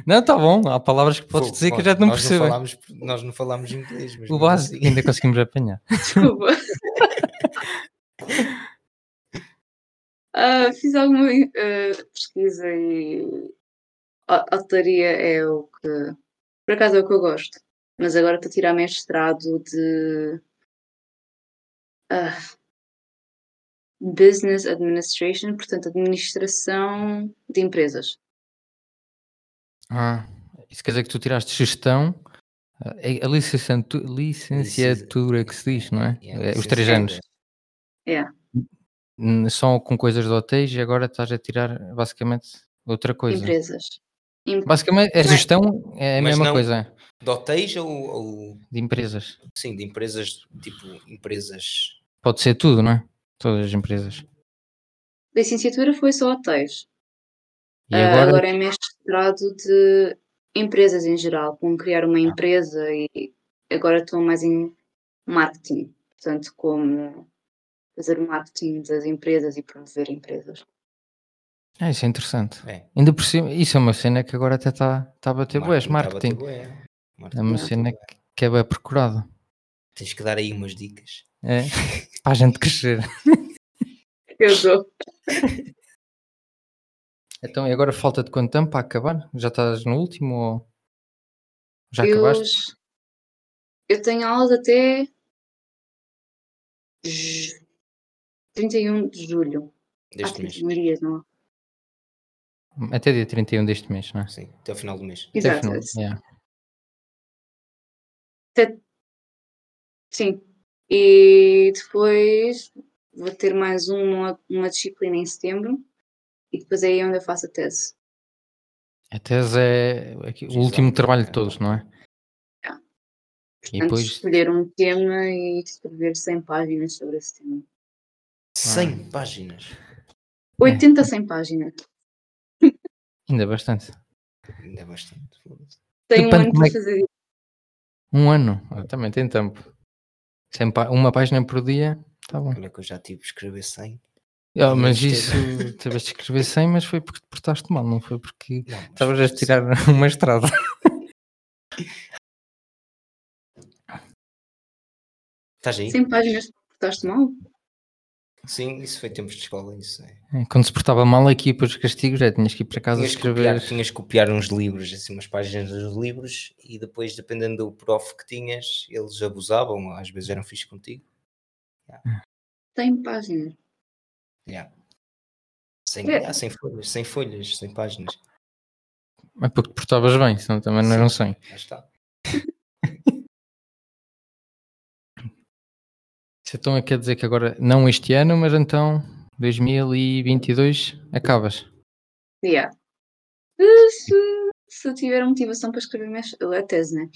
Speaker 1: Não, tá bom, há palavras que podes
Speaker 2: Fogo,
Speaker 1: dizer que eu
Speaker 2: fogo.
Speaker 1: já não
Speaker 2: Nós
Speaker 1: percebo. é.
Speaker 2: falámos- Nós não falámos inglês, mas.
Speaker 1: O
Speaker 2: mesmo
Speaker 1: básico
Speaker 2: assim.
Speaker 1: ainda conseguimos apanhar.
Speaker 3: Desculpa. Ah, fiz alguma ah, pesquisa e ho- hotelaria é o que por acaso é o que eu gosto. Mas agora estou a tirar mestrado de ah, Business Administration, portanto, administração de empresas.
Speaker 1: Ah, isso quer dizer que tu tiraste gestão, ah, é a licenciatu- licenciatura que se diz, não é?
Speaker 2: Yeah,
Speaker 1: É, Os três anos.
Speaker 3: Yeah.
Speaker 1: Hum, Só com coisas de hotéis e agora estás a tirar basicamente outra coisa.
Speaker 3: Empresas. Em-
Speaker 1: Basicamente, a
Speaker 3: Não é?
Speaker 1: gestão é a
Speaker 2: Mas
Speaker 1: mesma
Speaker 2: não-
Speaker 1: coisa
Speaker 2: De hotéis ou, ou-
Speaker 1: de empresas.
Speaker 2: Sim, de empresas, tipo, empresas.
Speaker 1: Pode ser tudo, não é? Todas as empresas.
Speaker 3: Licenciatura foi só hotéis.
Speaker 1: E
Speaker 3: Ah,
Speaker 1: agora,
Speaker 3: agora é mestrado de empresas em geral, como criar
Speaker 2: Ah.
Speaker 3: uma empresa e agora estou mais em marketing, portanto, como fazer o marketing das empresas e promover empresas.
Speaker 1: Ah, isso é interessante.
Speaker 2: É.
Speaker 1: Ainda por cima, isso é uma cena que agora até está tá a bater boas,
Speaker 2: marketing tá a bater
Speaker 1: marketing.
Speaker 2: bué.
Speaker 1: É
Speaker 2: Marketing.
Speaker 1: uma cena que- que é bem procurada.
Speaker 2: Tens que dar aí umas dicas.
Speaker 1: É, para a gente crescer.
Speaker 3: Eu dou.
Speaker 1: Então, e agora falta de quanto tempo para acabar? Já estás no último ou já
Speaker 3: eu,
Speaker 1: acabaste?
Speaker 3: eu tenho aulas até ju- 31 de julho. Ah, Há
Speaker 2: Deste mês.
Speaker 3: 31 dias, não? é?
Speaker 1: Até dia 31 deste mês, não é?
Speaker 2: Sim, até ao final do mês.
Speaker 1: Até
Speaker 3: Exato.
Speaker 1: final, é. yeah.
Speaker 3: Sim. E depois vou ter mais uma, uma disciplina em setembro e depois aí é onde eu faço a tese.
Speaker 1: A tese é aqui- o
Speaker 2: Exato,
Speaker 1: último trabalho de
Speaker 2: é.
Speaker 1: todos, não é?
Speaker 3: Yeah.
Speaker 1: E
Speaker 3: Antes
Speaker 1: depois,
Speaker 3: de escolher um tema e escrever 100 páginas sobre esse tema.
Speaker 1: Ah.
Speaker 2: 100 páginas.
Speaker 3: 80 a 100 páginas.
Speaker 1: ainda bastante.
Speaker 2: Ainda é bastante. foda-se.
Speaker 3: Tenho um
Speaker 1: Depende
Speaker 3: ano
Speaker 1: como é
Speaker 3: para
Speaker 1: que-
Speaker 3: fazer isso.
Speaker 1: Um ano, Ah, também tem tempo. Sem pá- Uma página por dia, está bom.
Speaker 2: Olha que eu já tive que escrever 100.
Speaker 1: Ah, mas isso, tiveste de escrever 100, mas foi porque te portaste mal, não foi porque
Speaker 2: Não, mas
Speaker 1: estavas a tirar uma estrada.
Speaker 2: Estás aí? Sim.
Speaker 3: 100 páginas portaste mal?
Speaker 2: isso foi tempos de escola, isso é.
Speaker 1: É, Quando se portava mal aqui para os castigos, já tinhas que ir para casa
Speaker 2: Tinhas que, copiar,
Speaker 1: escrever.
Speaker 2: tinhas que copiar uns livros, assim, umas páginas dos livros, e depois, dependendo do prof que tinhas, eles abusavam, às vezes eram fixe contigo.
Speaker 3: 100 páginas.
Speaker 2: Yeah. Sem,
Speaker 3: É.
Speaker 2: ah, sem folhas, sem folhas, sem páginas.
Speaker 1: É porque te portavas bem, senão também não um eram 100.
Speaker 2: Já está.
Speaker 1: Isso então quer dizer que agora, não este ano, mas então 2022 acabas.
Speaker 3: Yeah. Uh, Se, se eu tiver motivação para escrever mais- a tese, né?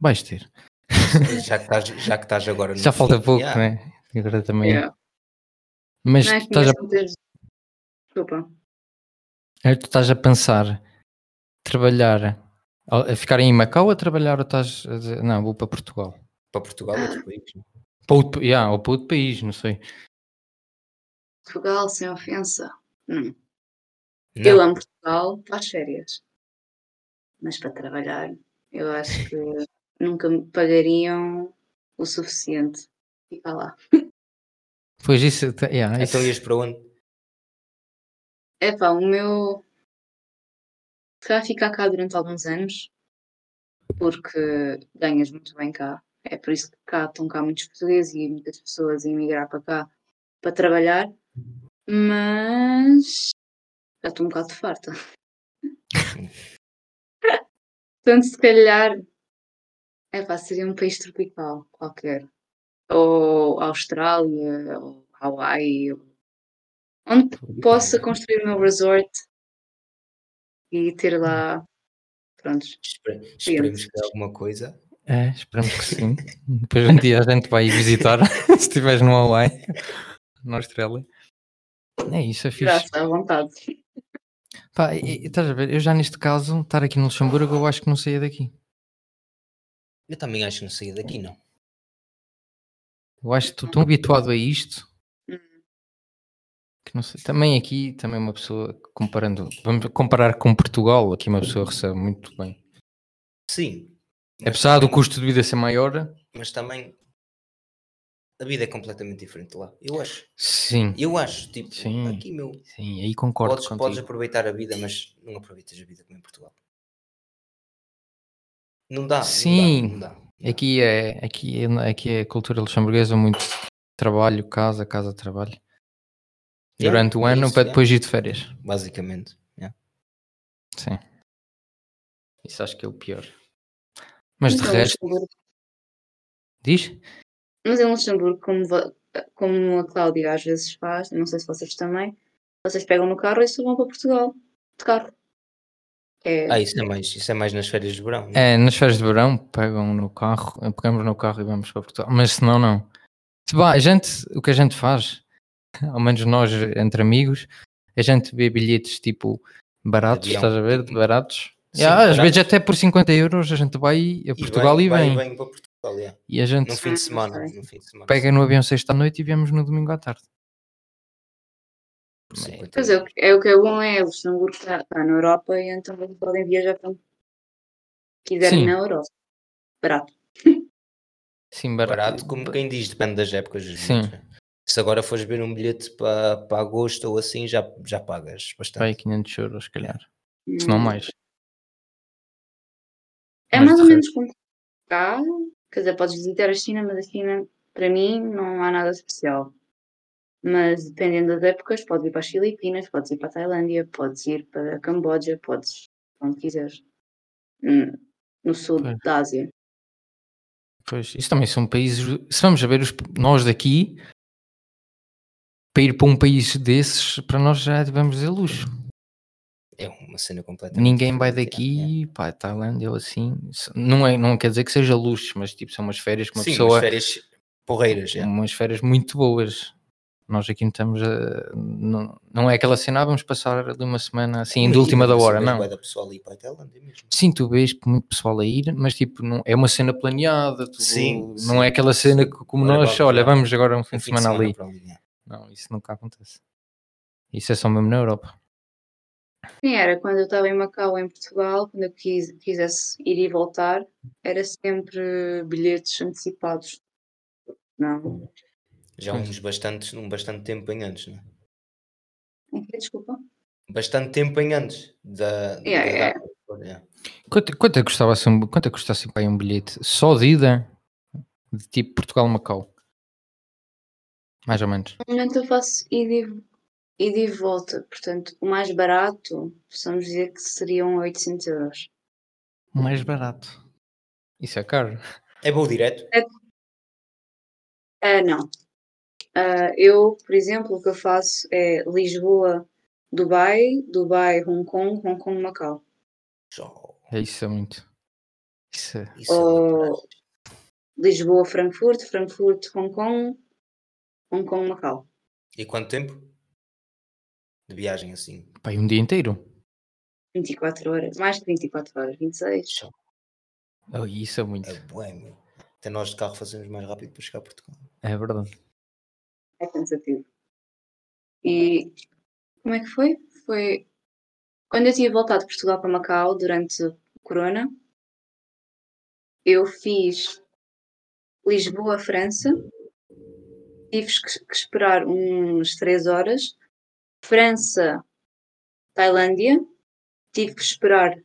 Speaker 1: Vais ter.
Speaker 2: Já que estás, já que estás agora no
Speaker 1: Já falta
Speaker 2: fim,
Speaker 1: pouco,
Speaker 2: yeah.
Speaker 1: né? Agora também.
Speaker 3: Yeah.
Speaker 1: Mas
Speaker 3: Não é
Speaker 1: tu
Speaker 3: que
Speaker 1: estás a
Speaker 3: começam a ter- Desculpa.
Speaker 1: É, tu estás a pensar trabalhar, a a ficar em Macau ou a trabalhar ou estás a dizer, não, vou para Portugal.
Speaker 2: Para Portugal, outro país. não?
Speaker 1: Para outro, pa- yeah, ou para outro país, não sei.
Speaker 3: Portugal, sem ofensa. Hum.
Speaker 2: Não,
Speaker 3: Eu amo Portugal para as férias. Mas para trabalhar, eu acho que nunca me pagariam o suficiente. Fica lá.
Speaker 1: Pois isso, tá- yeah, isso
Speaker 2: Então ias para onde?
Speaker 3: Epá, É o meu. Se calhar ficar cá durante alguns anos, porque ganhas muito bem cá. É por isso que cá estão cá muitos portugueses e muitas pessoas a emigrar para cá para trabalhar, mas já estou um bocado farta. Portanto, se calhar, epá, seria um país tropical qualquer. Ou Austrália, ou Hawaii, ou- onde possa construir o meu resort e ter lá. Prontos.
Speaker 2: Espere- Esperemos que dê alguma coisa.
Speaker 1: é, esperamos que sim. Depois um dia a gente vai visitar, se estiveres no Hawaii, na Austrália. É isso, é fixe.
Speaker 3: Graça, à vontade.
Speaker 1: Pá, e- e estás a ver, eu já neste caso, estar aqui no Luxemburgo, eu acho que não saía daqui.
Speaker 2: Eu também acho que não saía daqui, não.
Speaker 1: Eu acho que estou tão habituado a isto que não sei. Também aqui, também uma pessoa comparando, vamos comparar com Portugal, aqui uma pessoa recebe muito bem.
Speaker 2: Sim. mas
Speaker 1: Apesar do
Speaker 2: também-
Speaker 1: custo de vida ser maior,
Speaker 2: Mas também a vida é completamente diferente lá.
Speaker 3: É.
Speaker 2: Eu acho.
Speaker 1: sim,
Speaker 2: Eu acho, tipo,
Speaker 1: Sim.
Speaker 2: aqui meu,
Speaker 1: sim, aí concordo
Speaker 2: podes,
Speaker 1: contigo.
Speaker 2: podes aproveitar a vida, mas não aproveitas a vida como em Portugal. Não dá. não dá,
Speaker 1: Sim.
Speaker 2: Não dá, não dá.
Speaker 1: Aqui é, aqui, é, aqui é a cultura luxemburguesa, muito trabalho, casa, casa, trabalho.
Speaker 2: Yeah,
Speaker 1: Durante o
Speaker 2: é
Speaker 1: ano
Speaker 2: isso,
Speaker 1: para
Speaker 2: yeah.
Speaker 1: depois ir de férias.
Speaker 2: Basicamente. yeah.
Speaker 1: Sim. Isso acho que é o pior. Mas de
Speaker 3: Então,
Speaker 1: resto,
Speaker 3: Luxemburgo-
Speaker 1: diz?
Speaker 3: Mas em Luxemburgo, como, va- como a Cláudia às vezes faz, eu não sei se vocês também, vocês pegam no carro e sobam para Portugal de carro. É,
Speaker 2: Ah, isso é mais, isso é mais nas férias de verão. né?
Speaker 1: É, nas férias de verão pegam no carro, eh, pegamos no carro e vamos para Portugal. Mas se não, não. Se vá, a gente, o que a gente faz, ao menos nós entre amigos, a gente vê bilhetes tipo baratos,
Speaker 2: Avião.
Speaker 1: estás a ver? De Baratos.
Speaker 2: Sim,
Speaker 1: Yeah, Às
Speaker 2: baratos.
Speaker 1: vezes até por 50 euros a gente vai a
Speaker 2: E
Speaker 1: Portugal e
Speaker 2: vai-
Speaker 1: vem.
Speaker 2: vai para Portugal, yeah.
Speaker 1: E a gente
Speaker 2: Num
Speaker 1: se
Speaker 2: fim de
Speaker 3: Sim,
Speaker 2: semana.
Speaker 3: sim.
Speaker 2: Num fim de semana.
Speaker 1: pega no avião sexta à noite e viemos no domingo à tarde.
Speaker 2: por 50
Speaker 3: Pois é, o
Speaker 2: euros.
Speaker 3: que- é o que é bom é Luxemburgo está, está na Europa e então vocês podem viajar para onde quiserem
Speaker 1: Sim.
Speaker 3: na Europa. Barato.
Speaker 1: Sim, barato.
Speaker 2: barato, como quem diz, depende das épocas. dos
Speaker 1: Sim.
Speaker 2: bilhetes, né? Se agora fores ver um bilhete para, para agosto ou assim, já, já pagas
Speaker 1: Vai
Speaker 2: bastante.
Speaker 1: 500 euros, se calhar. Se não
Speaker 3: Hum.
Speaker 1: mais.
Speaker 3: É
Speaker 1: Mas
Speaker 3: mais
Speaker 1: de
Speaker 3: ou menos como cá, quer dizer, podes visitar a China, mas a China, para mim, não há nada especial. Mas dependendo das épocas, podes ir para as Filipinas, podes ir para a Tailândia, podes ir para a Camboja, podes ir para onde quiseres. Hum, No sul
Speaker 1: Pois.
Speaker 3: da Ásia.
Speaker 1: Pois, isso também são países. Se vamos a ver, os- nós daqui, para ir para um país desses, para nós já vamos dizer luxo.
Speaker 2: É uma cena completamente.
Speaker 1: Ninguém vai
Speaker 2: diferente, yeah, yeah.
Speaker 1: daqui, pá, Tailândia ou assim. se- Não, é, não quer dizer que seja luxo, mas tipo, são umas férias que uma
Speaker 2: Sim,
Speaker 1: pessoa.
Speaker 2: umas férias porreiras. yeah.
Speaker 1: Umas férias muito boas. Nós aqui não estamos a. Não, não é aquela cena, ah, vamos passar ali uma semana assim,
Speaker 2: Mas
Speaker 1: de última da
Speaker 2: tivemos
Speaker 1: hora,
Speaker 2: uma
Speaker 1: não.
Speaker 2: bué da pessoal aí para a Tailândia mesmo.
Speaker 1: Sim, tu vês que muito pessoal a ir, mas tipo, não, é uma cena planeada, tu-
Speaker 2: Sim,
Speaker 1: não
Speaker 2: sim,
Speaker 1: é aquela cena que, como
Speaker 2: Agora
Speaker 1: nós,
Speaker 2: vamos,
Speaker 1: olha,
Speaker 2: já.
Speaker 1: vamos agora um fim de semana ali.
Speaker 2: para ali, yeah.
Speaker 1: Não, isso nunca acontece. Isso é só mesmo na Europa.
Speaker 3: Sim, era quando eu estava em Macau, em Portugal, quando eu quis- quisesse ir e voltar, era sempre bilhetes antecipados. Não.
Speaker 2: Já uns bastantes, um bastante tempo em antes, né?
Speaker 3: Em que, Desculpa.
Speaker 2: Bastante tempo em antes da.
Speaker 3: Yeah,
Speaker 2: da
Speaker 3: yeah.
Speaker 2: data. Yeah.
Speaker 1: Quanto, quanto é que custava assim, um- quanto é que custasse para aí um bilhete só de ida de tipo Portugal-Macau? Mais ou menos.
Speaker 3: Normalmente eu faço ida e, ida e volta, portanto, o mais barato, possamos dizer que seriam 800 euros.
Speaker 1: Mais barato. Isso é caro.
Speaker 2: É bom direto.
Speaker 3: Ah, não. Ah, eu, por exemplo, o que eu faço é Lisboa, Dubai, Dubai, Hong Kong, Hong Kong, Macau.
Speaker 2: Só-
Speaker 1: É isso, é muito. Isso é-
Speaker 2: Isso é uma
Speaker 3: Oh. Lisboa, Frankfurt, Frankfurt, Hong Kong, Hong Kong, Macau.
Speaker 2: E quanto tempo? De viagem assim.
Speaker 1: pá, e um dia inteiro.
Speaker 3: 24 horas, mais de 24 horas, 26.
Speaker 1: Oh, isso é muito.
Speaker 2: É bué, meu. Até nós de carro fazemos mais rápido para chegar a Portugal.
Speaker 1: É verdade.
Speaker 3: É cansativo. E como é que foi? Foi quando eu tinha voltado de Portugal para Macau durante o Corona, eu fiz Lisboa, França. Tive que, que esperar umas 3 horas. França, Tailândia. Tive que esperar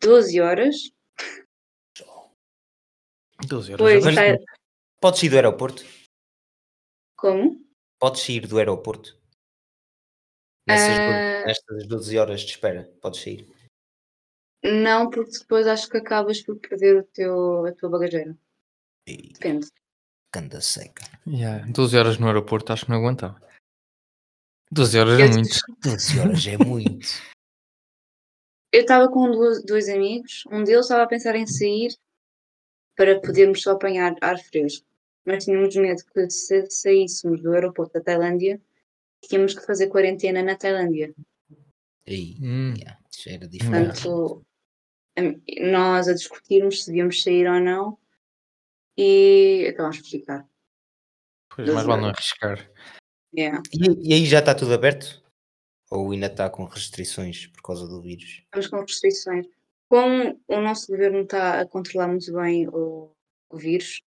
Speaker 3: 12 horas.
Speaker 1: 12 euros.
Speaker 3: Pois,
Speaker 2: Mas-
Speaker 3: Tai-
Speaker 2: Podes ir do aeroporto?
Speaker 3: como?
Speaker 2: Podes ir do aeroporto? Nessas
Speaker 3: Ah.
Speaker 2: do- Nestas 12 horas de espera, podes sair.
Speaker 3: Não, porque depois acho que acabas por perder o teu, a tua bagageira.
Speaker 2: E
Speaker 3: Depende.
Speaker 2: canda seca.
Speaker 1: Yeah, 12 horas no aeroporto acho que não aguentava. 12 horas é
Speaker 3: Eu-
Speaker 1: muito.
Speaker 2: 12 horas é muito.
Speaker 3: Eu estava com duas- dois amigos, um deles estava a pensar em sair para podermos só apanhar ar fresco, mas tínhamos medo que se saíssemos do aeroporto da Tailândia, tínhamos que fazer quarentena na Tailândia.
Speaker 2: E,
Speaker 1: Hum,
Speaker 2: yeah, isso era diferente.
Speaker 3: Portanto, a- nós a discutirmos se devíamos sair ou não e acabámos por ficar.
Speaker 1: pois mais
Speaker 3: 12
Speaker 1: vale não
Speaker 3: horas.
Speaker 1: arriscar.
Speaker 3: Yeah.
Speaker 2: E, e aí já está tudo aberto? Ou ainda está com restrições por causa do vírus?
Speaker 3: Estamos com restrições. Como o nosso governo está a controlar muito bem o, o vírus,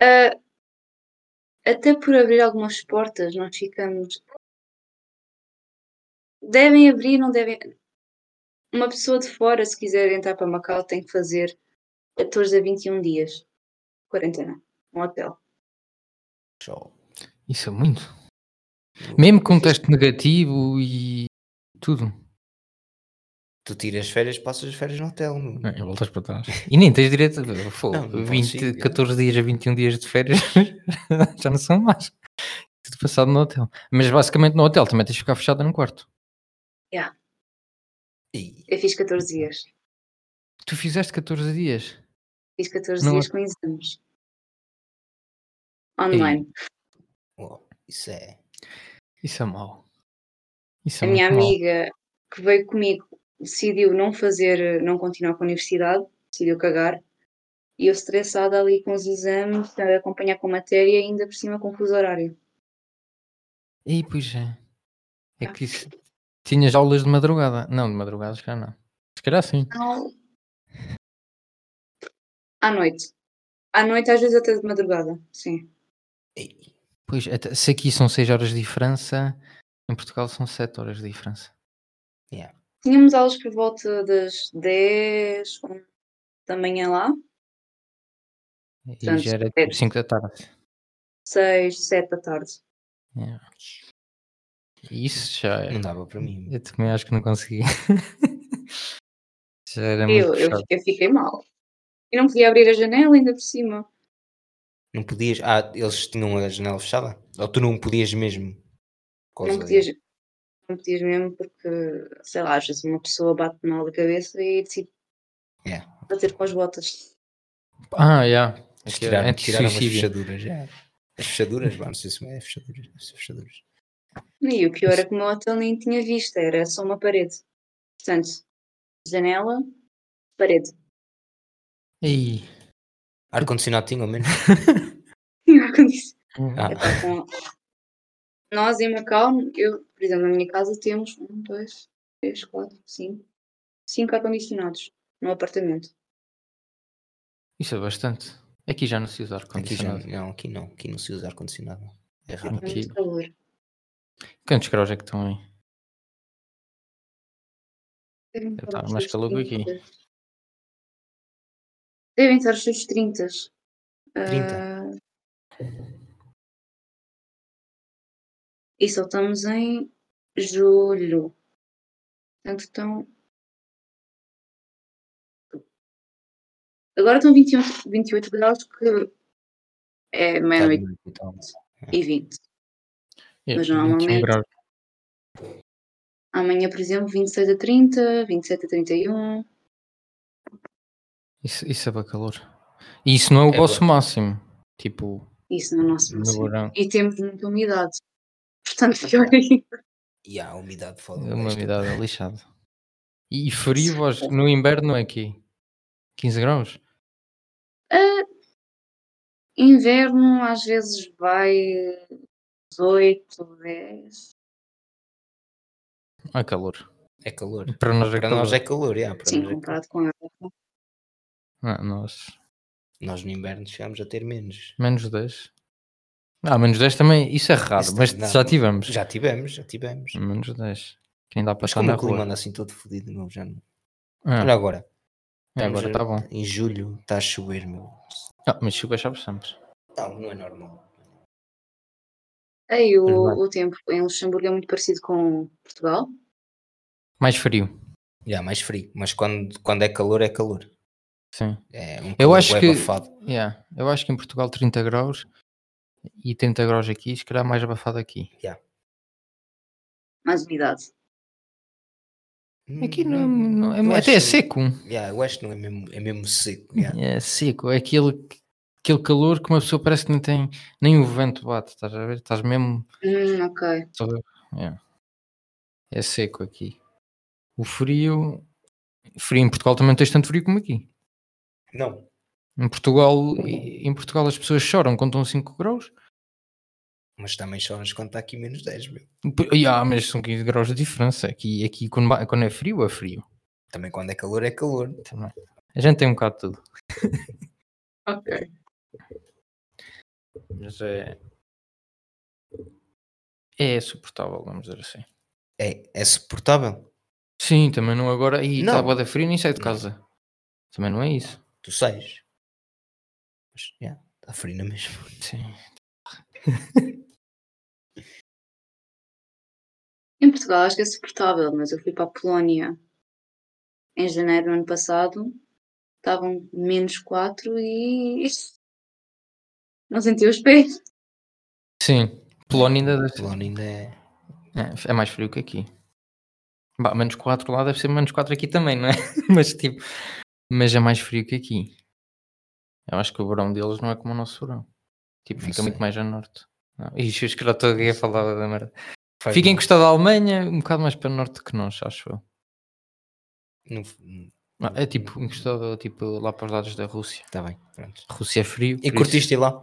Speaker 3: ah, até por abrir algumas portas, nós ficamos. Devem abrir, não devem. Uma pessoa de fora, se quiser entrar para Macau, tem que fazer 14 a 21 dias quarentena, um hotel.
Speaker 2: Só.
Speaker 1: Isso é muito. Mesmo com um teste negativo e tudo.
Speaker 2: Tu tiras férias, passas as férias no hotel. meu.
Speaker 1: Ah, E voltas para trás. E nem tens direito. Fogo,
Speaker 2: Não, não podes
Speaker 1: 20,
Speaker 2: ir, é.
Speaker 1: 14 dias a 21 dias de férias já não são mais. Tudo passado no hotel. Mas basicamente no hotel também tens de ficar fechada no quarto.
Speaker 2: E,
Speaker 3: Eu fiz 14 dias.
Speaker 1: Tu fizeste 14 dias.
Speaker 3: Fiz 14
Speaker 1: Não
Speaker 3: dias
Speaker 1: é-
Speaker 3: com exames. Online.
Speaker 2: oh, isso é.
Speaker 1: Isso é mau. Isso
Speaker 3: a
Speaker 1: é
Speaker 3: minha
Speaker 1: muito mau.
Speaker 3: amiga que veio comigo decidiu não fazer, não continuar com a universidade, decidiu cagar. E eu estressada ali com os exames, a acompanhar com matéria e ainda por cima com fuso horário.
Speaker 1: E pois é. É que isso- tinhas aulas de madrugada. Não, de madrugada já não. Se calhar sim.
Speaker 3: Não. À noite. À noite, às vezes até de madrugada, sim.
Speaker 2: e-
Speaker 1: Pois, até- se aqui são 6 horas de diferença, em Portugal são 7 horas de diferença.
Speaker 3: Tínhamos aulas por volta das 10 11 da manhã lá,
Speaker 1: E
Speaker 3: Portanto,
Speaker 1: já era
Speaker 3: sete.
Speaker 1: 5 da tarde.
Speaker 3: 6, 7 da tarde.
Speaker 1: E isso já é.
Speaker 2: não dava para mim.
Speaker 1: Eu também acho que não consegui. já era É muito
Speaker 3: Eu, eu,
Speaker 1: puxado.
Speaker 3: eu fiquei mal. E não podia abrir a janela ainda por cima.
Speaker 2: Não podias. Ah, eles tinham a janela fechada? Ou tu não podias mesmo? Por
Speaker 3: não
Speaker 2: causa-
Speaker 3: podias, não podias mesmo porque, sei lá, às vezes uma pessoa bate mal da cabeça e decide
Speaker 2: É.
Speaker 3: bater com as botas.
Speaker 1: Ah, já.
Speaker 2: Eles
Speaker 1: Aqui é
Speaker 2: tiraram, tiraram as
Speaker 1: Anti-suicídio.
Speaker 2: fechaduras. é. As fechaduras, vá, não sei se é fechaduras. deve ser fechaduras.
Speaker 3: E o pior é que o meu hotel nem tinha vista, era só uma parede. Portanto, janela, parede.
Speaker 1: Ei,
Speaker 2: Ar-condicionado tinha ao menos.
Speaker 3: Tinha ar-condicionado.
Speaker 2: Ah.
Speaker 3: Epá, com- Nós em Macau, eu, por exemplo, na minha casa temos um, dois, três, quatro, cinco, cinco ar-condicionados no apartamento.
Speaker 1: Isso é bastante. Aqui já não se usa
Speaker 2: Aqui já,
Speaker 1: ar-condicionado.
Speaker 2: não, aqui não. Aqui não se usa ar-condicionado. É raro.
Speaker 3: É
Speaker 1: Aqui.
Speaker 3: muito calor.
Speaker 1: Quantos graus é que estão aí?
Speaker 3: Devem
Speaker 1: Deve
Speaker 3: estar
Speaker 1: estar
Speaker 3: nos
Speaker 1: mais
Speaker 3: seus
Speaker 1: calor que aqui.
Speaker 3: 30. Devem estar os seus 30.
Speaker 2: 30?
Speaker 3: Ah, E só estamos em julho. Portanto, então, estão. Agora estão um, 28, 28 graus, que é
Speaker 2: Tá
Speaker 3: meia-noite
Speaker 2: de noite, então.
Speaker 3: e 20.
Speaker 1: É,
Speaker 3: Mas
Speaker 1: 21
Speaker 3: normalmente-
Speaker 1: graus.
Speaker 3: Amanhã, por exemplo, 26 a 30, 27 a 31.
Speaker 1: Isso, isso é bem calor. E isso não é o
Speaker 2: É
Speaker 1: vosso
Speaker 2: bué.
Speaker 1: máximo. Tipo,
Speaker 3: Isso no nosso
Speaker 1: no
Speaker 3: máximo.
Speaker 1: verão.
Speaker 3: e temos muita umidade. Portanto, pior ainda.
Speaker 2: E há a umidade foda.
Speaker 1: É uma
Speaker 2: desta.
Speaker 1: umidade é lixado. E, e frio,
Speaker 3: Sim.
Speaker 1: vós, no inverno é aqui? 15 graus?
Speaker 3: Ah, Inverno às vezes vai 18, 10.
Speaker 1: Ah, calor.
Speaker 2: É calor.
Speaker 1: Para nós é
Speaker 2: Para
Speaker 1: calor.
Speaker 2: nós é calor, yeah, para
Speaker 3: Sim,
Speaker 2: nós, é calor.
Speaker 3: comparado com a Europa.
Speaker 1: Ah, nós-
Speaker 2: é- Nós no inverno chegámos a ter menos.
Speaker 1: Menos 10. Ah, menos 10 também, isso é raro,
Speaker 2: Isso
Speaker 1: mas
Speaker 2: também dá,
Speaker 1: já
Speaker 2: não-
Speaker 1: tivemos.
Speaker 2: Já tivemos, já tivemos.
Speaker 1: Menos 10. Que nem dá Hum, para
Speaker 2: Mas
Speaker 1: estar
Speaker 2: como
Speaker 1: na
Speaker 2: o clima
Speaker 1: rua.
Speaker 2: anda assim todo fodido, meu, já não.
Speaker 1: Ah,
Speaker 2: Olha agora.
Speaker 1: é, agora está bom.
Speaker 2: estamos Em julho está a chover, meu.
Speaker 1: Ah, mas chuva já passamos.
Speaker 2: Não, não é normal.
Speaker 3: Aí o,
Speaker 2: Mas
Speaker 3: o tempo em Luxemburgo é muito parecido com Portugal.
Speaker 1: Mais frio.
Speaker 2: Já, mais frio. Mas quando, quando é calor, é calor.
Speaker 1: Sim.
Speaker 2: É um
Speaker 1: Eu
Speaker 2: calor
Speaker 1: acho
Speaker 2: bué
Speaker 1: que-
Speaker 2: abafado.
Speaker 1: Yeah. Eu acho que em Portugal 30 graus e 30 graus aqui, se calhar mais abafado aqui.
Speaker 3: Mais umidade.
Speaker 1: Aqui não,
Speaker 2: Hum, Não-
Speaker 1: não- é-
Speaker 2: eu
Speaker 1: até é
Speaker 2: acho-
Speaker 1: seco.
Speaker 2: Yeah, eu acho que não é mesmo, é mesmo seco. yeah.
Speaker 1: É seco. É aquele, aquele calor que uma pessoa parece que nem tem. Nem o vento bate, estás a ver? Estás mesmo.
Speaker 3: Hum, ok.
Speaker 1: É seco aqui. O frio. Frio em Portugal também não tens tanto frio como aqui.
Speaker 2: Não,
Speaker 1: Em Portugal, em Portugal as pessoas choram quando estão 5 graus.
Speaker 2: mas também choras quando está aqui menos 10, meu.
Speaker 1: E, Ah, mas são 15 graus de diferença. Aqui, aqui quando, ba- quando é frio, é frio.
Speaker 2: Também quando é calor, é calor.
Speaker 1: Também. A gente tem um bocado de tudo.
Speaker 3: Ok.
Speaker 1: Mas é. É suportável, vamos dizer assim.
Speaker 2: É, é suportável.
Speaker 1: Sim, também não agora. E
Speaker 2: Não.
Speaker 1: está boa da frio nem sai de
Speaker 2: Não.
Speaker 1: casa. Também não é isso.
Speaker 2: Tu sais. Mas, yeah, está frio na mesma.
Speaker 1: Sim.
Speaker 3: Em Portugal acho que é suportável, mas eu fui para a Polónia em janeiro do ano passado. Estavam menos 4 e. Não senti os pés.
Speaker 1: Sim. Polónia ainda deve ser-
Speaker 2: Polónia ainda é.
Speaker 1: é, é mais frio que aqui. Bah, menos 4 lá deve ser menos 4 aqui também, não é? Mas tipo. Mas é mais frio que aqui. Eu acho que o verão deles não é como o nosso verão. Tipo,
Speaker 2: Não
Speaker 1: fica
Speaker 2: sei.
Speaker 1: muito mais a norte. Não. Ixi, eu escroto aqui a falar da merda.
Speaker 2: Faz
Speaker 1: Fica
Speaker 2: mal.
Speaker 1: encostado à Alemanha, um bocado mais para norte que nós, acho eu.
Speaker 2: Não f- não-
Speaker 1: Ah, É
Speaker 2: Uhum.
Speaker 1: tipo encostado tipo, lá para os lados da Rússia.
Speaker 2: Tá bem, pronto.
Speaker 1: A Rússia é frio. por
Speaker 2: E
Speaker 1: isso-
Speaker 2: curtiste ir lá?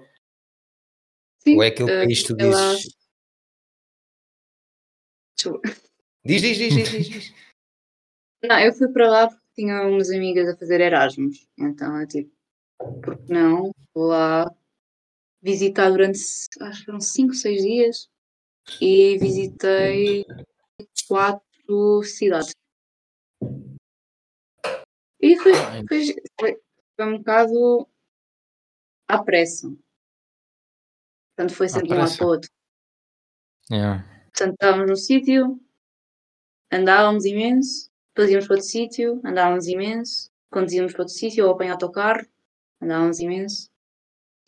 Speaker 3: Sim,
Speaker 2: Ou é aquele
Speaker 3: eh,
Speaker 2: país que tu
Speaker 3: sei lá.
Speaker 2: dizes.
Speaker 3: Desculpa.
Speaker 2: Diz, diz, diz, diz, diz. diz.
Speaker 3: Não, eu fui para lá porque tinha umas amigas a fazer Erasmus. Então é tipo, porque não? Vou lá visitar durante, acho que foram 5, 6 dias e visitei quatro cidades. E foi,
Speaker 1: Ah,
Speaker 3: foi, gi- foi- foi um bocado à pressa. Portanto, foi sempre de um lado
Speaker 1: pressa.
Speaker 3: para o outro.
Speaker 1: Yeah.
Speaker 3: Portanto, estávamos num sítio, andávamos imenso, depois íamos para outro sítio, andávamos imenso, conduzíamos para outro sítio ou apanhar autocarro, andávamos imenso.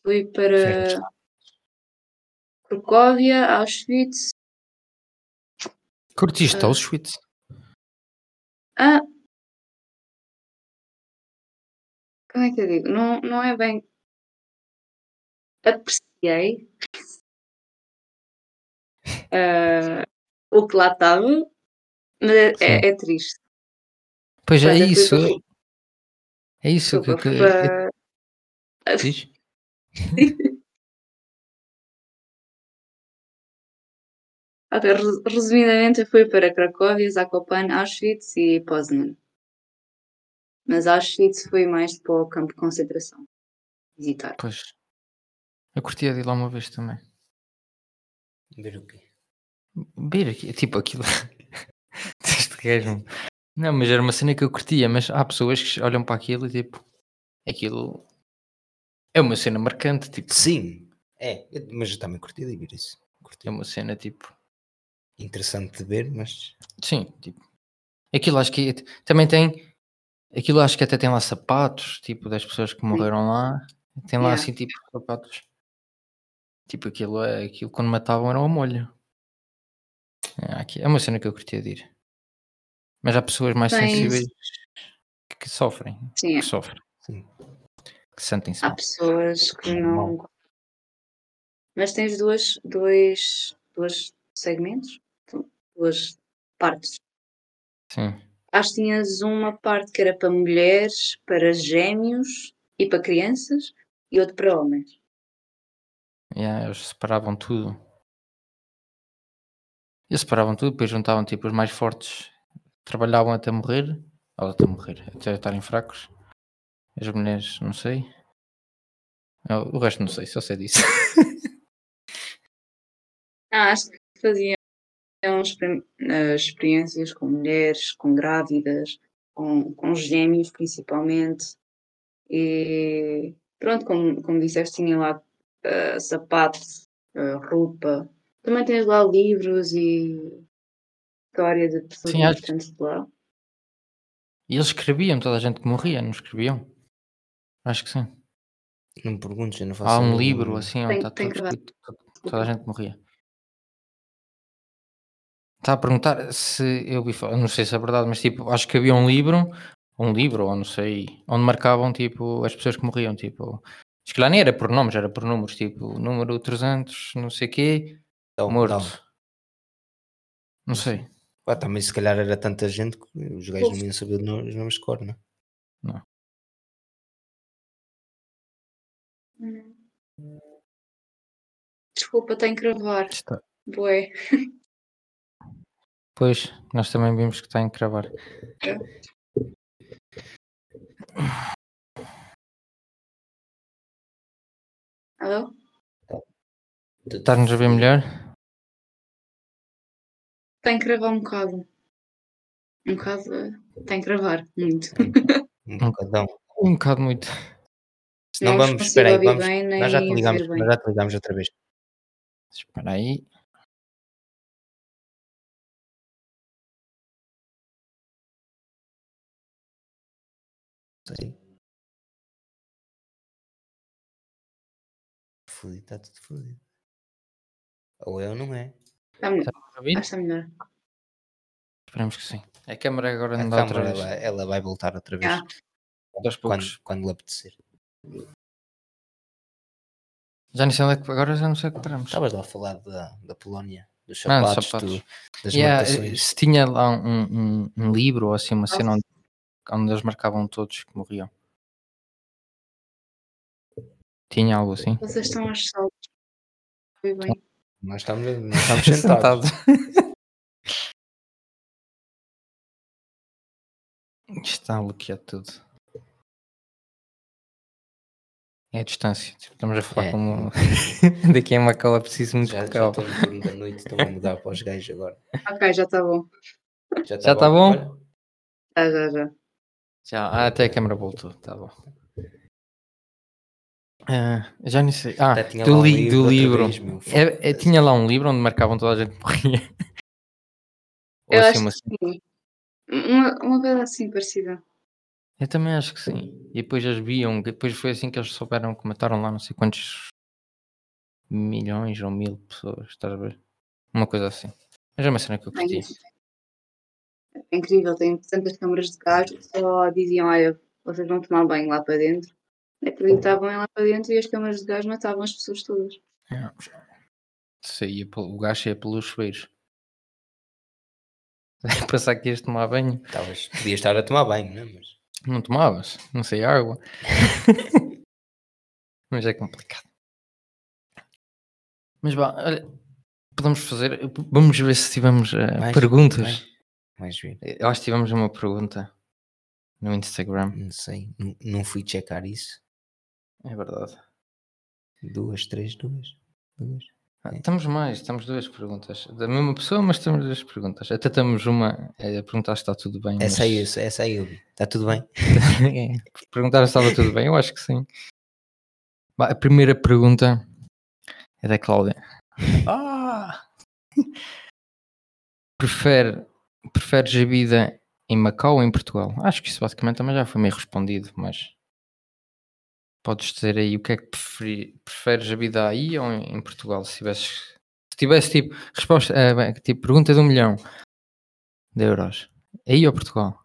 Speaker 3: Fui para
Speaker 2: Certo.
Speaker 3: Cracóvia, Auschwitz.
Speaker 1: Curtiste
Speaker 3: Ah.
Speaker 1: Auschwitz?
Speaker 3: Ah! Como é que eu digo? Não, não é bem. Apreciei ah, o que lá estava, mas é, é- é triste.
Speaker 1: Pois é,
Speaker 3: Olha, fui
Speaker 1: isso.
Speaker 3: para-
Speaker 1: É isso é- que,
Speaker 3: Desculpa,
Speaker 1: que,
Speaker 3: fui para-
Speaker 1: que diz.
Speaker 3: Ok, res- resumidamente eu fui para Cracóvia, Zakopan, Auschwitz e Poznan. Mas Auschwitz foi mais para o campo de concentração. Visitar.
Speaker 1: Pois. Eu curtia de ir lá uma vez também.
Speaker 2: Ver o quê?
Speaker 1: Ver aqui, tipo aquilo. este gajo. meu. Não, mas era uma cena que eu curtia, mas há pessoas que olham para aquilo e tipo, aquilo é uma cena marcante, tipo,
Speaker 2: Sim, é, eu- mas eu também curti de ver isso. Curti.
Speaker 1: é uma cena tipo,
Speaker 2: Interessante de ver, mas
Speaker 1: sim, tipo. Aquilo acho que é- também tem, aquilo acho que até tem lá sapatos, tipo, das pessoas que morreram lá, tem lá
Speaker 3: Yeah.
Speaker 1: assim tipo sapatos. Tipo, aquilo é aquilo quando matavam era uma molha. É, aqui, é uma cena que eu curtia de ir. Mas há pessoas mais
Speaker 3: Tem-
Speaker 1: sensíveis que- que sofrem.
Speaker 3: Sim, é.
Speaker 1: que sofrem.
Speaker 2: Sim.
Speaker 1: Que se sentem-se
Speaker 3: há
Speaker 1: mal.
Speaker 3: pessoas que não. Mas tens duas, dois, dois segmentos, então, duas partes.
Speaker 1: Sim.
Speaker 3: Acho que tinhas uma parte que era para mulheres, para gêmeos e para crianças, e outra para homens.
Speaker 1: Yeah, eles separavam tudo. Eles separavam tudo, depois juntavam tipo os mais fortes, trabalhavam até morrer, ou até morrer, até estarem fracos. As mulheres, não sei. Eu- O resto não sei, só sei disso.
Speaker 3: Ah, acho que faziam exper- eh, experiências com mulheres, com grávidas, com, com gêmeos principalmente. E pronto, como, como disseste, tinha lá eh, sapatos, eh, roupa. Também tens lá livros e história de pessoas
Speaker 1: Sim, acho-
Speaker 3: importantes de lá.
Speaker 1: E eles escreviam, toda a gente que morria, não escreviam? Acho que sim.
Speaker 2: não me perguntes, eu não faço.
Speaker 1: Há
Speaker 2: a
Speaker 1: um
Speaker 2: mínima
Speaker 1: livro
Speaker 2: ideia.
Speaker 1: assim onde
Speaker 3: Tem-
Speaker 1: está
Speaker 3: tem
Speaker 1: tudo
Speaker 3: que dar.
Speaker 1: escrito, to- toda a gente morria. Está a perguntar se eu vi fa- não sei se é verdade, mas tipo, acho que havia um livro, um livro, ou não sei, onde marcavam tipo as pessoas que morriam, tipo, se calhar nem era por nomes, era por números, tipo, número 300, não sei quê,
Speaker 2: Então,
Speaker 1: morto.
Speaker 2: então,
Speaker 1: Não sei.
Speaker 2: pá, também se calhar era tanta gente que os gajos não iam saber no- os nomes de cor, não é?
Speaker 3: Desculpa, tenho que gravar.
Speaker 1: Está-
Speaker 3: Bué.
Speaker 1: Pois, nós também vimos que está a cravar.
Speaker 3: Alô?
Speaker 2: Tu-
Speaker 1: Estás-nos a ver melhor?
Speaker 3: Tenho que gravar um bocado. Um bocado. eh, Tenho que gravar muito.
Speaker 2: Um bocadão.
Speaker 1: Um bocado muito.
Speaker 2: Se não,
Speaker 3: vos
Speaker 2: vamos,
Speaker 3: consigo
Speaker 2: espera aí,
Speaker 3: ouvir
Speaker 2: vamos.
Speaker 3: bem, né,
Speaker 2: Nós já te
Speaker 3: nem
Speaker 2: ligamos,
Speaker 3: ver bem.
Speaker 2: nós já te ligamos outra vez.
Speaker 1: Espera aí.
Speaker 2: Sim. Fudido, está tudo fudido. Ou é ou não é.
Speaker 3: Está Tá melhor.
Speaker 1: Estás a ouvir?
Speaker 3: Acho que está melhor.
Speaker 1: Esperemos que sim. A câmara agora
Speaker 2: A
Speaker 1: não dá outra
Speaker 2: câmara,
Speaker 1: vez.
Speaker 2: Ah, ela, ela vai voltar outra vez.
Speaker 3: Ah.
Speaker 1: Aos
Speaker 2: Quando,
Speaker 1: poucos.
Speaker 2: quando lhe apetecer.
Speaker 1: Já não sei onde é que, agora já não sei o que paramos.
Speaker 2: Estavas lá a falar da, da Polónia, dos
Speaker 1: Ah, dos
Speaker 2: sapatos,
Speaker 1: sapatos.
Speaker 2: do- das
Speaker 1: Yeah, eh,
Speaker 2: marcações.
Speaker 1: se tinha lá um, um- um livro ou assim, uma cena onde, onde eles marcavam todos que morriam. Tinha algo assim?
Speaker 3: Vocês estão aos saltos. Foi bem.
Speaker 2: Nós estamos, nós estamos sentados.
Speaker 1: Isto Está a bloquear tudo. É a distância. tipo, estamos a falar
Speaker 2: É.
Speaker 1: como. Daqui a Macau é preciso muito
Speaker 2: já, já
Speaker 1: Macau.
Speaker 2: estou no período da noite, estou a mudar para os gajos agora.
Speaker 3: Ok,
Speaker 2: tá
Speaker 3: já está bom.
Speaker 2: Já
Speaker 1: Já tá bom?
Speaker 2: Olha,
Speaker 3: Já, já, já.
Speaker 1: Já, ah, até a câmera voltou, tá bom. Ah, já nem sei. Ah,
Speaker 2: até tinha lá
Speaker 1: do,
Speaker 2: um
Speaker 1: li-
Speaker 2: livro
Speaker 1: do livro.
Speaker 2: outra vez, meu.
Speaker 1: É- é- tinha lá um livro onde marcavam toda a gente que morria. Ou
Speaker 3: Eu
Speaker 1: assim,
Speaker 3: acho
Speaker 1: uma-
Speaker 3: Uma, uma coisa assim parecida.
Speaker 1: Eu também acho que sim. E depois eles viam, depois foi assim que eles souberam que mataram lá não sei quantos milhões ou mil pessoas, estás a ver? Uma coisa assim. Mas é uma cena que eu
Speaker 3: É
Speaker 1: curti.
Speaker 3: isso. É incrível, tem tantas câmaras de gás, só diziam, olha, vocês vão tomar banho lá para dentro. Acreditavam em lá para dentro e as câmaras de gás matavam as pessoas todas.
Speaker 1: É. Saía pelo, o gajo ia pelos chuveiros. Pensar que ias tomar banho.
Speaker 2: Talvez podia estar a tomar banho, não é? Mas
Speaker 1: Não tomavas, não sei, água. Mas é complicado. Mas vá, olha, podemos fazer. Vamos ver se tivemos eh,
Speaker 2: Mais-
Speaker 1: perguntas.
Speaker 2: Mais ver.
Speaker 1: Eu acho que tivemos uma pergunta no Instagram.
Speaker 2: Não sei. Não, não fui checar isso.
Speaker 1: É verdade.
Speaker 2: Duas, três, duas. Duas.
Speaker 1: Ah, Temos mais, temos duas perguntas. Da mesma pessoa, mas temos duas perguntas. Até temos uma eh, a perguntar se está tudo bem.
Speaker 2: Essa aí,
Speaker 1: mas-
Speaker 2: essa essa aí eu vi. Está tudo bem?
Speaker 1: É, Perguntaram se estava tudo bem, eu acho que sim. Bah, A primeira pergunta é da Cláudia. Ah! Prefere, preferes a vida em Macau ou em Portugal? Acho que isso basicamente também já foi meio respondido, mas podes dizer aí o que é que preferi- preferes a vida aí ou em, em Portugal? Se tivesse, se tivesse tipo, resposta, eh, bem, tipo pergunta de um milhão de euros, aí ou Portugal?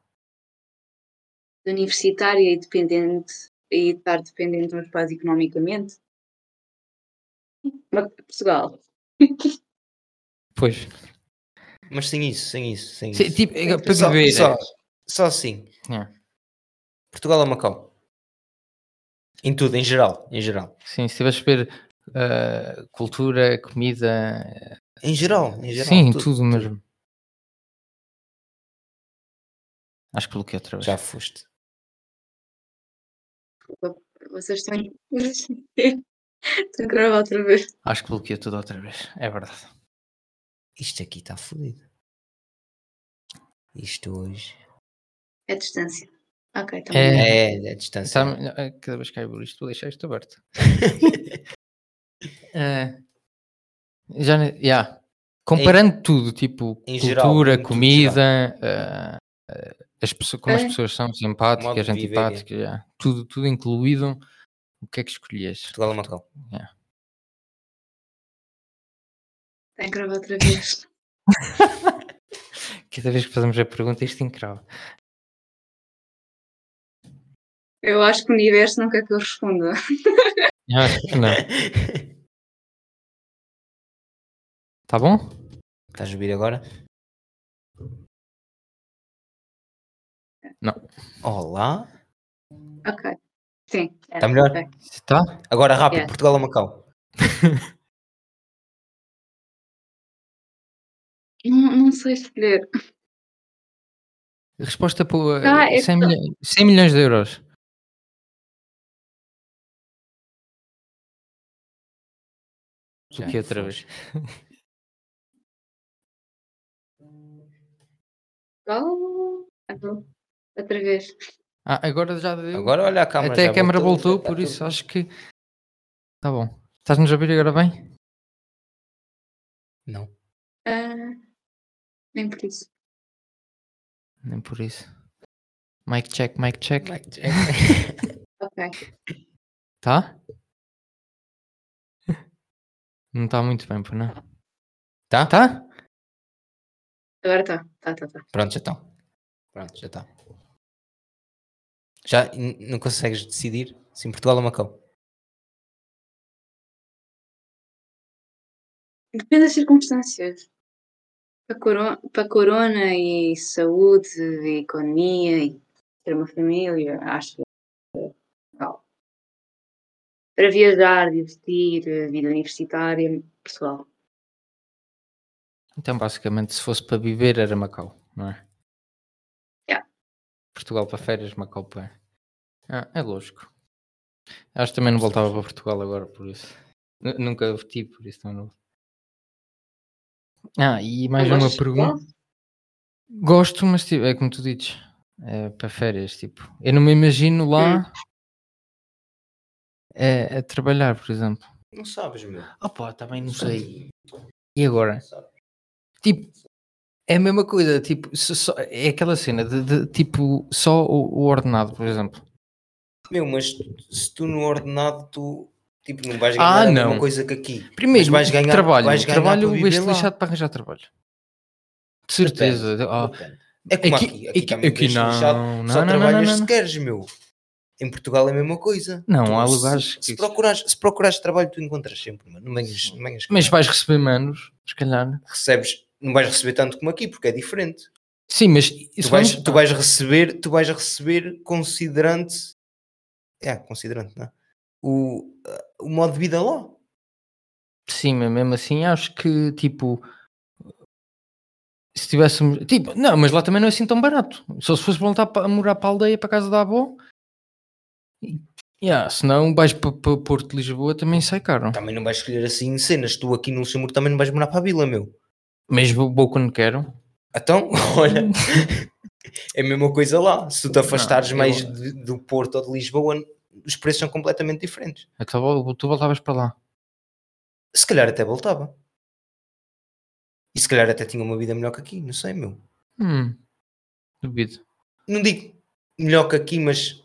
Speaker 3: de universitária e dependente e estar dependente dos meus pais economicamente. Mas Portugal.
Speaker 1: Pois.
Speaker 2: Mas sem isso, sem isso, sem
Speaker 1: Sim,
Speaker 2: isso.
Speaker 1: tipo, é para
Speaker 2: só,
Speaker 1: viver.
Speaker 2: Só, só assim.
Speaker 1: É.
Speaker 2: Portugal ou Macau? Em tudo, em geral, em geral.
Speaker 1: Sim, se tiveres a ver ah, cultura, comida,
Speaker 2: Em geral, em geral.
Speaker 1: sim, tudo, mesmo. Acho que bloqueei outra vez.
Speaker 2: Já foste.
Speaker 3: Vocês estão. Estão a gravar outra vez.
Speaker 1: Acho que bloqueei tudo outra vez. É verdade.
Speaker 2: Isto aqui está fodido. Isto hoje.
Speaker 3: É distância. Ok, então está
Speaker 1: É.
Speaker 3: bem.
Speaker 2: É, é a distância.
Speaker 1: Sabe, não, é, cada vez que abro isto, vou deixar isto aberto. É, já, ne- yeah. Comparando tudo, tipo
Speaker 2: em geral,
Speaker 1: cultura,
Speaker 2: em tudo
Speaker 1: comida, ah, ah, as pessoas, como as
Speaker 3: É.
Speaker 1: pessoas são
Speaker 2: Modo
Speaker 1: simpáticas,
Speaker 2: de viver, é.
Speaker 1: antipáticas, yeah. tudo, tudo incluído. O que é que escolhias?
Speaker 2: Portugal ou Macau?
Speaker 3: Está a gravar outra vez.
Speaker 1: Cada vez que fazemos a pergunta, isto encrava.
Speaker 3: Eu acho que o universo não quer que eu responda.
Speaker 1: Eu acho que Ah, não. É. Tá bom?
Speaker 2: Estás a ouvir agora?
Speaker 1: Não.
Speaker 2: Olá.
Speaker 3: Ok. Sim. é,
Speaker 2: Tá melhor?
Speaker 3: ok.
Speaker 1: Está?
Speaker 2: Agora rápido,
Speaker 3: Yeah.
Speaker 2: Portugal é ou Macau?
Speaker 3: Não, não sei escolher.
Speaker 1: Resposta por
Speaker 3: Ah, é
Speaker 1: 100,
Speaker 3: que-
Speaker 1: milho- 100 milhões de euros.
Speaker 2: Já
Speaker 1: Bloqueei outra
Speaker 2: foste.
Speaker 3: Oh, tá bom. outra vez.
Speaker 1: Ah, agora já deu.
Speaker 2: Agora olha a câmera.
Speaker 1: Até
Speaker 2: já
Speaker 1: a câmera voltou,
Speaker 2: já
Speaker 1: por
Speaker 2: tá
Speaker 1: isso
Speaker 2: tudo.
Speaker 1: acho que. Tá bom. Estás-nos a ouvir agora bem?
Speaker 2: Não.
Speaker 3: Ah, nem por isso.
Speaker 1: Nem por isso. Mic check, mic check.
Speaker 2: É
Speaker 3: Ok.
Speaker 1: Tá? Não está muito bem, por não?
Speaker 2: Tá?
Speaker 1: Tá?
Speaker 3: Agora está. Tá, tá, tá.
Speaker 2: Pronto, já está. Pronto, já está. Já n- não consegues decidir se em Portugal é ou Macau?
Speaker 3: Depende das circunstâncias. Para corona, para corona e saúde e economia e ter uma família, acho que é legal. Para viajar, divertir, eh, vida universitária, pessoal.
Speaker 1: Então, basicamente, se fosse para viver, era Macau, não é?
Speaker 3: Yeah.
Speaker 1: Portugal para férias, Macau para. Ah, é lógico. Acho que também não voltava para Portugal agora, por isso. Nu- nunca o tive, por isso não. não- Ah, e mais
Speaker 3: Não
Speaker 1: uma
Speaker 3: gostas de
Speaker 1: pergunta. Gosto, mas tipo, é como tu dizes, é para férias, tipo. Eu não me imagino lá
Speaker 3: Hum.
Speaker 1: a, a trabalhar, por exemplo.
Speaker 2: Não sabes, meu.
Speaker 1: Opa, também não sei. E agora? Tipo, é a mesma coisa, tipo, se só- é aquela cena de, de, tipo só o, o ordenado, por exemplo.
Speaker 2: Meu, mas se tu no ordenado, tu tipo, não vais ganhar
Speaker 1: Ah,
Speaker 2: a
Speaker 1: não.
Speaker 2: mesma coisa que aqui.
Speaker 1: Primeiro,
Speaker 2: Mas vais ganhar-
Speaker 1: trabalho,
Speaker 2: vais ganhar
Speaker 1: trabalho
Speaker 2: para
Speaker 1: vais
Speaker 2: viver lá.
Speaker 1: lixado para arranjar trabalho. De certeza. ah,
Speaker 2: Depende. É como aqui. Aqui, também
Speaker 1: aqui
Speaker 2: tens
Speaker 1: não,
Speaker 2: lixado, Só
Speaker 1: não, não, não, não,
Speaker 2: trabalhas
Speaker 1: não,
Speaker 2: se queres, meu. Em Portugal é a mesma coisa.
Speaker 1: não.
Speaker 2: Tu,
Speaker 1: há
Speaker 2: se-
Speaker 1: lugares
Speaker 2: Se
Speaker 1: que...
Speaker 2: procurares, se procurares trabalho, tu encontras sempre, mano. Não venhas, não venhas com
Speaker 1: Mas
Speaker 2: nada.
Speaker 1: vais receber menos, se calhar.
Speaker 2: recebes, não vais receber tanto como aqui, porque é diferente.
Speaker 1: Sim, mas
Speaker 2: Tu
Speaker 1: isso
Speaker 2: vais,
Speaker 1: vamos-
Speaker 2: tu vais receber, tu vais receber considerante, é, considerante, não é? O, eh, o modo de vida lá.
Speaker 1: Sim, mas mesmo assim acho que tipo se tivéssemos tipo, não, mas lá também não é assim tão barato. Só se fosse voltar para morar para a aldeia para a casa da avó. Yeah, se não, vais para, para Porto de Lisboa também sai caro.
Speaker 2: Também não vais escolher assim cenas. Tu aqui no Luxemburgo também não vais morar para a vila, meu.
Speaker 1: Mas vou, vou quando quero.
Speaker 2: Então, olha,
Speaker 1: Hum.
Speaker 2: é a mesma coisa lá. Se tu te afastares
Speaker 1: eu-
Speaker 2: mais de- do Porto ou de Lisboa, os preços são completamente diferentes.
Speaker 1: Então vol- tu voltavas para lá.
Speaker 2: Se calhar até voltava. E se calhar até tinha uma vida melhor que aqui, não sei, meu.
Speaker 1: Hum, duvido.
Speaker 2: Não digo melhor que aqui, mas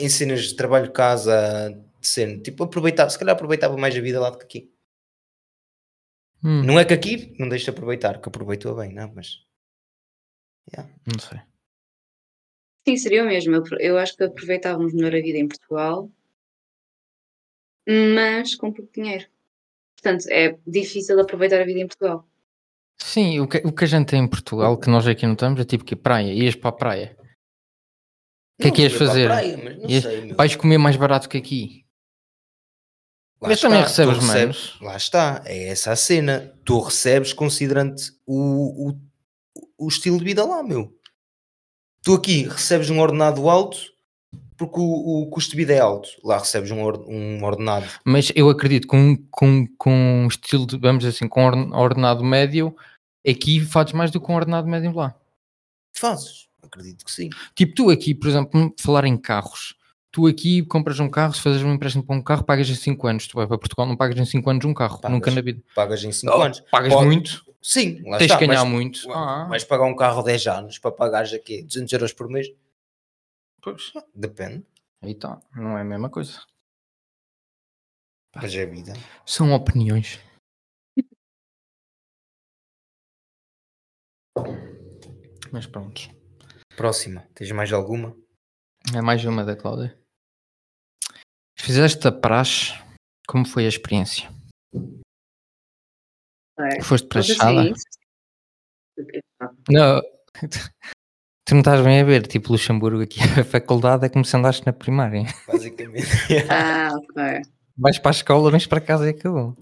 Speaker 2: em cenas de trabalho, casa, de cena, tipo, aproveitava, se calhar aproveitava mais a vida lá do que aqui.
Speaker 1: Hum, não.
Speaker 2: Não é que aqui não deixa de aproveitar, que aproveitou bem, não, mas
Speaker 1: sei.
Speaker 3: Sim, seria o mesmo. Eu, eu acho que aproveitávamos melhor a vida em Portugal, mas com pouco dinheiro. Portanto, é difícil aproveitar a vida em Portugal.
Speaker 1: Sim, o que, o que a gente tem em Portugal, que nós aqui não estamos, é tipo que praia, ias para a praia. O que é
Speaker 2: Não,
Speaker 1: que ias
Speaker 2: eu ia para a
Speaker 1: fazer?
Speaker 2: praia, mas não
Speaker 1: Ias-
Speaker 2: sei, meu.
Speaker 1: Vais comer mais barato que aqui.
Speaker 2: Lá
Speaker 1: Mas também
Speaker 2: está, tu
Speaker 1: recebes
Speaker 2: recebes-
Speaker 1: menos.
Speaker 2: Lá está, é essa a cena. Tu recebes considerando o, o, o estilo de vida lá, meu. Tu aqui recebes um ordenado alto porque o, o custo de vida é alto. Lá recebes um, or- um ordenado.
Speaker 1: Mas eu acredito que com, com, com um estilo de, vamos dizer assim, com orden- ordenado médio, aqui fazes mais do que um ordenado médio lá.
Speaker 2: Fazes, acredito que sim.
Speaker 1: Tipo, tu aqui, por exemplo, falar em carros. Tu aqui compras um carro, se fazes um empréstimo para um carro, pagas em 5 anos. Tu vais para Portugal, não pagas em 5 anos um carro.
Speaker 2: Pagas.
Speaker 1: Nunca na vida.
Speaker 2: Pagas em 5
Speaker 1: Oh,
Speaker 2: anos.
Speaker 1: Pagas
Speaker 2: Pode-
Speaker 1: muito,
Speaker 2: Sim, lá
Speaker 1: tens
Speaker 2: está.
Speaker 1: de ganhar
Speaker 2: mas,
Speaker 1: muito. Ah,
Speaker 2: Vais pagar um carro 10 anos para pagares aqui 200 euros por mês?
Speaker 1: pois.
Speaker 2: Depende,
Speaker 1: Aí tá, não é a mesma coisa.
Speaker 2: mas é a vida.
Speaker 1: São opiniões. Mas pronto.
Speaker 2: Próxima, tens mais alguma?
Speaker 1: É mais uma da Cláudia. Fizeste a praxe, como foi a experiência?
Speaker 3: É.
Speaker 1: Foste
Speaker 3: Mas
Speaker 1: praxada?
Speaker 3: assim, isso-
Speaker 1: Não. Tu não estás bem a ver, tipo Luxemburgo aqui, a faculdade é como se andaste na primária.
Speaker 2: Basicamente.
Speaker 3: Ah, ok.
Speaker 1: Vais para a escola, vens para casa é e acabou.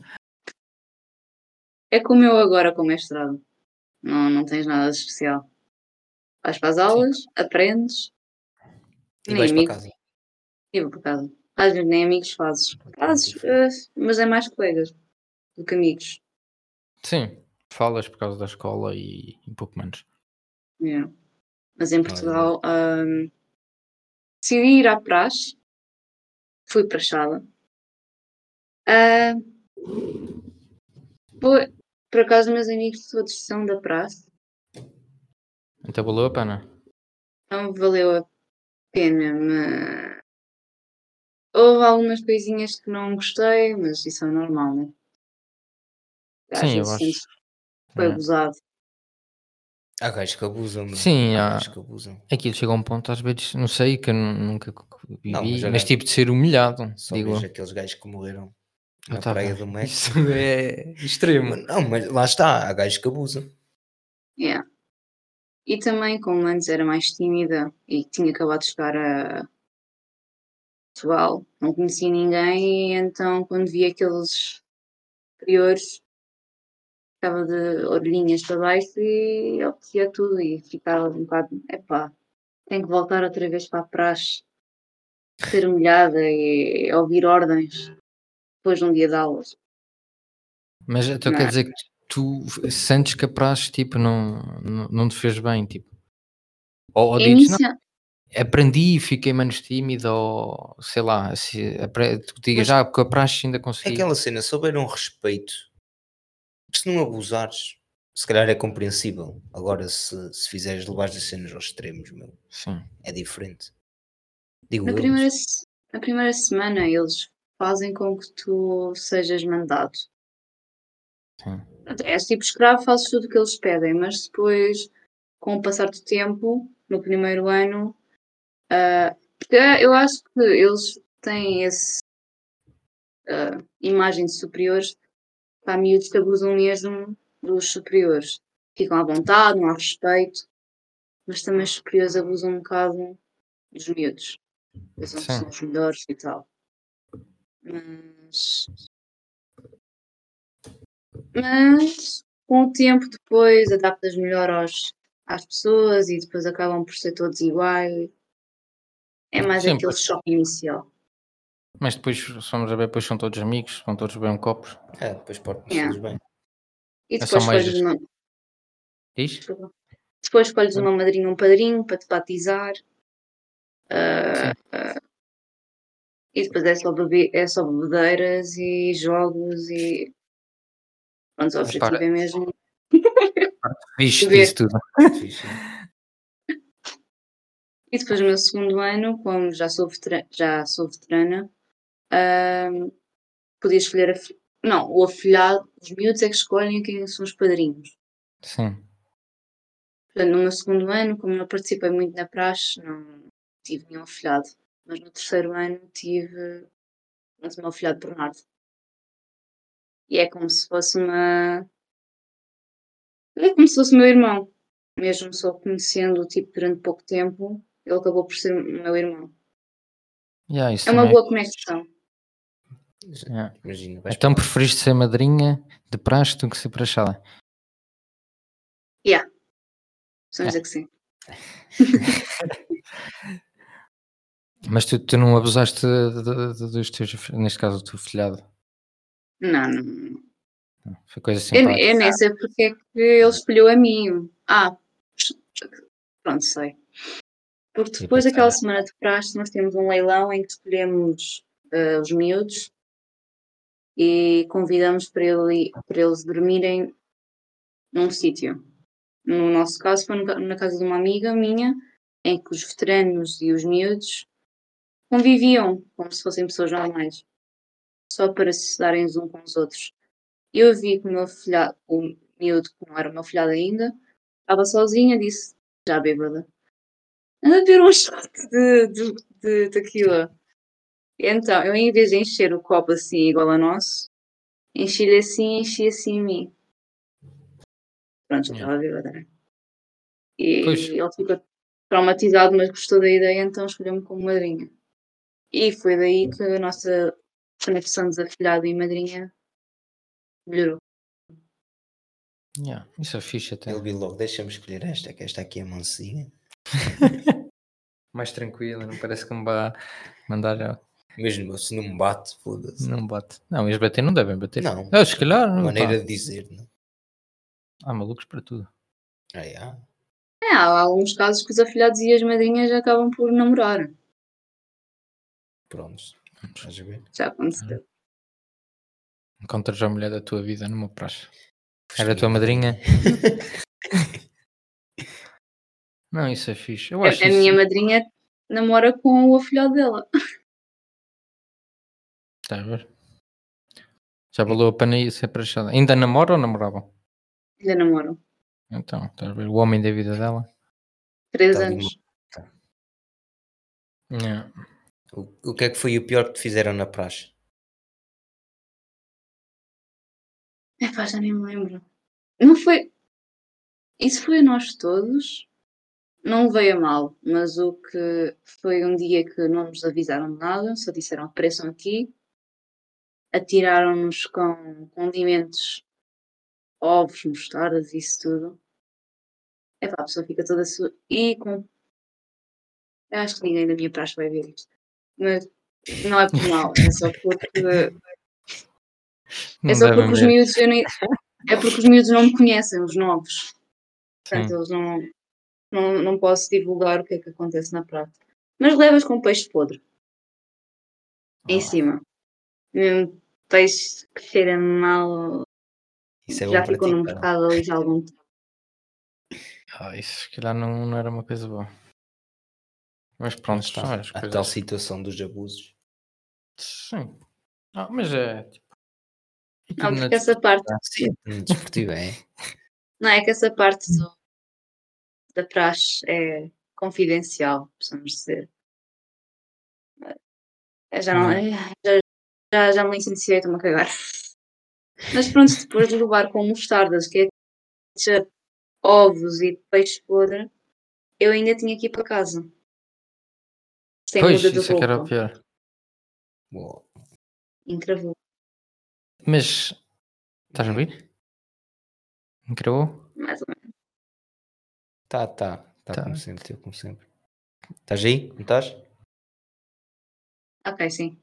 Speaker 3: É como eu agora com o mestrado. Não, não tens nada de especial. Vais para as aulas, aprendes
Speaker 2: e vais para
Speaker 3: Inimigo.
Speaker 2: casa.
Speaker 3: e vou para casa. Às vezes nem amigos fazes. Fazes, eh, mas é mais colegas do que amigos.
Speaker 1: Sim, falas por causa da escola e, e pouco menos.
Speaker 3: Yeah. é. Mas em Portugal ahm, decidi ir à praxe, fui praxada. Ah, foi- por acaso, meus amigos todos são da praxe,
Speaker 1: Então valeu a pena.
Speaker 3: então valeu a pena. mas Houve algumas coisinhas que não gostei, mas isso é normal, né? Às
Speaker 1: Sim, eu
Speaker 3: vezes
Speaker 1: acho.
Speaker 3: sentes que Foi
Speaker 1: É.
Speaker 3: abusado.
Speaker 2: Há gajos que abusam. meu.
Speaker 1: Sim,
Speaker 2: Há
Speaker 1: há-
Speaker 2: gajos que abusam.
Speaker 1: Aquilo chega a um ponto, às vezes, não sei, que eu nu- nunca c- c- vivi,
Speaker 2: Não, mas
Speaker 1: mas,
Speaker 2: era-
Speaker 1: tipo de ser humilhado.
Speaker 2: Só
Speaker 1: digo,
Speaker 2: vejo
Speaker 1: eu.
Speaker 2: aqueles gajos que morreram
Speaker 1: Ah,
Speaker 2: na
Speaker 1: tá
Speaker 2: praia
Speaker 1: bem.
Speaker 2: do México.
Speaker 1: Isso é extremo.
Speaker 2: Não, mas lá está, há gajos que abusam.
Speaker 3: Yeah. E também, como antes era mais tímida e tinha acabado de chegar a Portugal, não conhecia ninguém, e então quando via aqueles superiores, ficava de orelhinhas para baixo e obedecia tudo e ficava um bocado, epá, tenho que voltar outra vez para a praxe, ser humilhada e ouvir ordens depois de um dia de aulas.
Speaker 1: Mas então
Speaker 3: Não. é?
Speaker 1: quer dizer que tu f- sentes que a praxe, tipo, não, não, não te fez bem, tipo. Ou,
Speaker 3: É
Speaker 1: ou dizes, não,
Speaker 3: Inicia-
Speaker 1: aprendi e fiquei menos tímido, ou sei lá, se, apre- tu digas,
Speaker 2: Mas-
Speaker 1: ah, porque a praxe ainda
Speaker 2: É
Speaker 1: consegui.
Speaker 2: aquela cena, se houver um respeito, se não abusares, se calhar é compreensível. Agora, se, se fizeres levar as cenas aos extremos, meu,
Speaker 1: Sim.
Speaker 2: é diferente. Digo
Speaker 3: Na
Speaker 2: eu, mas-
Speaker 3: primeira, se- na primeira semana eles fazem com que tu sejas mandado.
Speaker 1: Sim.
Speaker 3: Portanto, És tipo escravo, fazes tudo o que eles pedem, mas depois, com o passar do tempo, no primeiro ano, ah, porque eu acho que eles têm essa imagem de superiores para miúdos que abusam mesmo dos superiores. Ficam à vontade, não há respeito, mas também os superiores abusam um bocado dos miúdos pensam que
Speaker 1: Sim.
Speaker 3: são os melhores e tal. Mas Mas com o tempo depois adaptas melhor aos, às pessoas e depois acabam por ser todos iguais. É mais
Speaker 1: Sim,
Speaker 3: aquele
Speaker 1: pois.
Speaker 3: choque inicial.
Speaker 1: Mas depois, se vamos a ver, depois são todos amigos, vão todos beber um copo.
Speaker 2: É, depois portas
Speaker 3: Yeah.
Speaker 2: bem.
Speaker 3: E
Speaker 1: É só
Speaker 3: depois
Speaker 1: mais
Speaker 3: escolhes, uma,
Speaker 1: Diz?
Speaker 3: depois escolhes uma madrinha, um padrinho para te batizar. Ah, ah, e depois é só, bebe, é só bebedeiras e jogos e. Pronto, o objetivo
Speaker 1: para-
Speaker 3: é mesmo.
Speaker 1: Diz
Speaker 3: Ver.
Speaker 1: disso tudo.
Speaker 2: Fixe.
Speaker 3: E depois no meu segundo ano, como já sou, vetera- já sou veterana, ahm, podia escolher a fi- não, o afilhado, os miúdos é que escolhem quem são os padrinhos.
Speaker 1: Sim.
Speaker 3: Portanto, no meu segundo ano, como não participei muito na praxe, não tive nenhum afilhado. Mas no terceiro ano tive pronto, o meu afilhado Bernardo. E é como se fosse uma. É como se fosse o meu irmão. Mesmo só conhecendo o tipo durante pouco tempo, ele acabou por ser o meu irmão.
Speaker 1: Yeah, isso
Speaker 3: É uma
Speaker 1: também.
Speaker 3: boa conexão.
Speaker 1: Yeah.
Speaker 2: Imagina, vais
Speaker 1: Então preferiste ser madrinha de praxe do que ser prachada?
Speaker 3: Precisamos dizer que sim.
Speaker 1: Mas tu, tu não abusaste de- de- de- dos teus, neste caso, do teu filhado?
Speaker 3: Não, não, não.
Speaker 1: Foi coisa
Speaker 3: Eu,
Speaker 1: simpática.
Speaker 3: eu nem sei porque é que ele escolheu a mim. Ah, pronto, sei.
Speaker 1: E
Speaker 3: Porque depois
Speaker 1: depois
Speaker 3: daquela
Speaker 1: tá.
Speaker 3: semana de praxe, nós temos um leilão em que escolhemos eh, os miúdos e convidamos para, ele, para eles dormirem num sítio. No nosso caso, foi no ca- na casa de uma amiga minha, em que os veteranos e os miúdos conviviam como se fossem pessoas normais, só para se darem uns com os outros. Eu vi que o meu filhado, o miúdo que não era o meu filhado ainda, estava sozinha, disse, já bêbada, anda a beber um shot de, de, de tequila. Então, eu em vez de encher o copo assim, igual ao nosso, enchi-lhe assim, enchi assim em mim. Pronto, já estava bêbada. né? E
Speaker 1: Pois.
Speaker 3: ele ficou traumatizado, mas gostou da ideia, então escolheu-me como madrinha. E foi daí que a nossa conexão de afilhado e madrinha melhorou.
Speaker 1: Yeah, Isso é fixe até.
Speaker 2: Ele viu logo, deixa-me escolher esta, que esta aqui é mansinha.
Speaker 1: Mais tranquila, não parece que me vá mandar. a-
Speaker 2: Mesmo se não me bate, foda-se.
Speaker 1: Não bate. Não, eles bater não devem bater.
Speaker 2: Não,
Speaker 1: Ah, se calhar. não,
Speaker 2: maneira
Speaker 1: pá.
Speaker 2: de dizer, não?
Speaker 1: Há malucos para tudo.
Speaker 2: Ah, yeah.
Speaker 3: É, há alguns casos que os afilhados e as madrinhas acabam por namorar.
Speaker 2: Pronto. Estás a ver?
Speaker 3: Já aconteceu.
Speaker 1: Encontras a mulher da tua vida numa praxe. Era a
Speaker 2: Foste
Speaker 1: tua
Speaker 2: minha
Speaker 1: madrinha. não, isso é fixe. Eu
Speaker 3: A,
Speaker 1: acho
Speaker 3: a
Speaker 1: isso-
Speaker 3: minha madrinha namora com o afilhado dela.
Speaker 1: Tá a ver? Já valeu a pena ir ser prachada. Ainda namora ou namoravam?
Speaker 3: Ainda namoram.
Speaker 1: Então, estás a ver? O homem da vida dela.
Speaker 3: Três
Speaker 2: Tá ali
Speaker 3: anos.
Speaker 1: Yeah.
Speaker 2: O, o que é que foi o pior que te fizeram na praxe?
Speaker 3: É pá, já nem me lembro. Não foi. Isso foi a nós todos. Não veio a mal, mas o que foi um dia que não nos avisaram de nada, só disseram apareçam aqui, atiraram-nos com condimentos, ovos, mostardas, isso tudo. É pá, a pessoa fica toda sua. E com. Eu acho que ninguém da minha praxe vai ver isto. Mas não é por mal, é só porque
Speaker 1: Não
Speaker 3: é só porque
Speaker 1: devem
Speaker 3: os
Speaker 1: ver.
Speaker 3: miúdos eu nem- é porque os miúdos não me conhecem, os novos. Portanto,
Speaker 1: Sim.
Speaker 3: eles não, não, não posso divulgar o que é que acontece na prática. Mas levas com peixe podre em
Speaker 1: Ah,
Speaker 3: cima. Mesmo peixe que cheira mal,
Speaker 2: Isso é
Speaker 3: já
Speaker 2: bom para
Speaker 3: ficou
Speaker 2: ti,
Speaker 3: no
Speaker 2: cara.
Speaker 3: mercado ali já há algum tempo.
Speaker 1: ah, isso se calhar não, não era uma coisa boa. Mas pronto,
Speaker 2: Está
Speaker 1: são as
Speaker 2: a
Speaker 1: coisas.
Speaker 2: tal situação dos abusos.
Speaker 1: Sim. Ah, mas é tipo. é tudo
Speaker 3: Não,
Speaker 1: na
Speaker 3: porque essa parte,
Speaker 2: Sim. Desportivo, é?
Speaker 3: não é que essa parte
Speaker 1: Hum.
Speaker 3: do- da praxe é confidencial, possamos dizer. Eh, Já não,
Speaker 1: Não.
Speaker 3: eh, já, já, já me licenciei, estou-me a cagar. Mas pronto, depois de levar com mostardas, que é ketchup, ovos e peixe podre, eu ainda tinha que ir para casa. Sem
Speaker 1: Pois,
Speaker 3: muda de
Speaker 1: isso é que era o
Speaker 3: roupa.
Speaker 1: pior.
Speaker 2: Boa.
Speaker 3: Encravou.
Speaker 1: Mas. Estás a ouvir? Gravou?
Speaker 3: Mais ou menos.
Speaker 2: Tá, tá, tá,
Speaker 1: Tá.
Speaker 2: como sempre, teu, como sempre. Estás aí? Não estás?
Speaker 3: Ok, sim.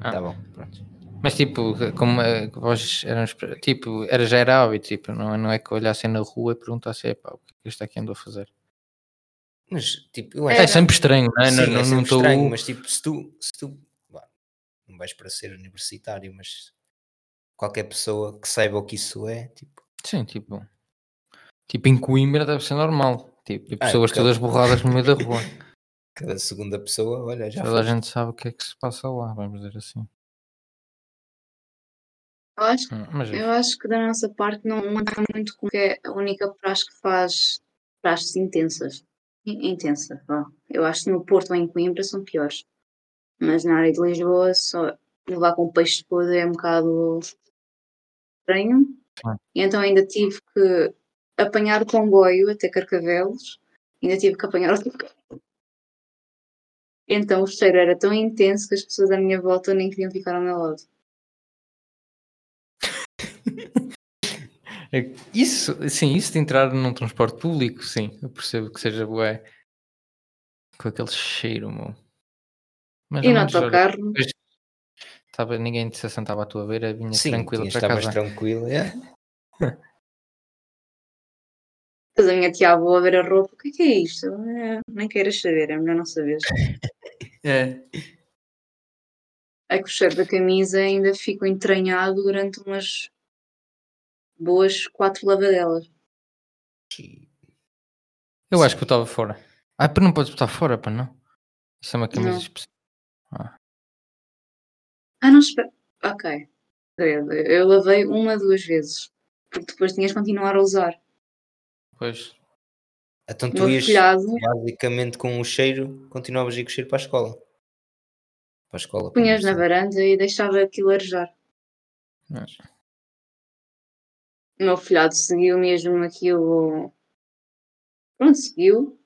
Speaker 1: Ah.
Speaker 2: Tá bom, pronto.
Speaker 1: Mas tipo, como eh, vós éramos, tipo, era, já era hábito, tipo, não, é- não é que eu olhassem na rua e perguntassem, epá, o que é que este aqui andou a fazer?
Speaker 2: Mas tipo, eu
Speaker 1: É,
Speaker 3: Era.
Speaker 2: acho
Speaker 1: sempre estranho, não é?
Speaker 2: Sim,
Speaker 1: não,
Speaker 2: é
Speaker 1: não,
Speaker 2: sempre
Speaker 1: não estou-
Speaker 2: estranho, mas tipo, se tu, se tu vá, não vais para ser universitário, mas qualquer pessoa que saiba o que isso é, tipo,
Speaker 1: Sim, tipo. Tipo, em Coimbra deve ser normal. Tipo, e
Speaker 2: Ah,
Speaker 1: pessoas
Speaker 2: claro.
Speaker 1: todas borradas no meio da rua.
Speaker 2: cada segunda pessoa, olha, já
Speaker 1: Toda a
Speaker 2: foi.
Speaker 1: gente sabe o que é que se passa lá, vamos dizer assim.
Speaker 3: Eu acho,
Speaker 1: Hum, Mas é.
Speaker 3: eu acho que da nossa parte não não é muito como que é a única praxe que faz praxes intensas. In- Intensa, vá. Eu acho que no Porto ou em Coimbra são piores. Mas na área de Lisboa, só levar com peixe de podre é um bocado estranho.
Speaker 1: Claro.
Speaker 3: E então ainda tive que apanhar o comboio até Carcavelos. Ainda tive que apanhar outro comboio. Então o cheiro era tão intenso que as pessoas à minha volta nem queriam ficar ao meu lado.
Speaker 1: É- Isso, sim, isso de entrar num transporte público, sim, eu percebo que seja bué. Com aquele cheiro, meu. Mas
Speaker 3: E
Speaker 1: ao
Speaker 3: no
Speaker 1: menos, olha,
Speaker 3: autocarro,
Speaker 1: estava- ninguém de sessão estava à tua beira, vinha
Speaker 2: Sim,
Speaker 1: tranquilo
Speaker 2: tinhas-
Speaker 1: para
Speaker 2: estavas
Speaker 1: casa.
Speaker 2: tranquilo, é?
Speaker 3: depois a minha tia avó a ver a roupa, o que é que é isto? "Ah, nem queiras saber, é melhor não saber.
Speaker 1: É.
Speaker 3: É que o cheiro da camisa ainda ficou entranhado durante umas boas quatro lavadelas.
Speaker 1: Eu acho que eu estava fora. Ah, para não podes botar fora, para não. Isso é uma camisa
Speaker 3: Não.
Speaker 1: especial.
Speaker 3: Ah, não, espera. Ok. Credo, Eu lavei uma, duas vezes. Porque depois tinhas de continuar a usar.
Speaker 1: Pois.
Speaker 2: Então
Speaker 3: No
Speaker 2: tu ias
Speaker 3: telhado,
Speaker 2: basicamente com o cheiro, continuavas a ir com o cheiro para a escola. Para a escola. para a
Speaker 3: punhas na
Speaker 2: universidade.
Speaker 3: varanda e deixava aquilo arejar.
Speaker 1: Ah.
Speaker 3: O meu filhado seguiu mesmo aquilo. Pronto, seguiu.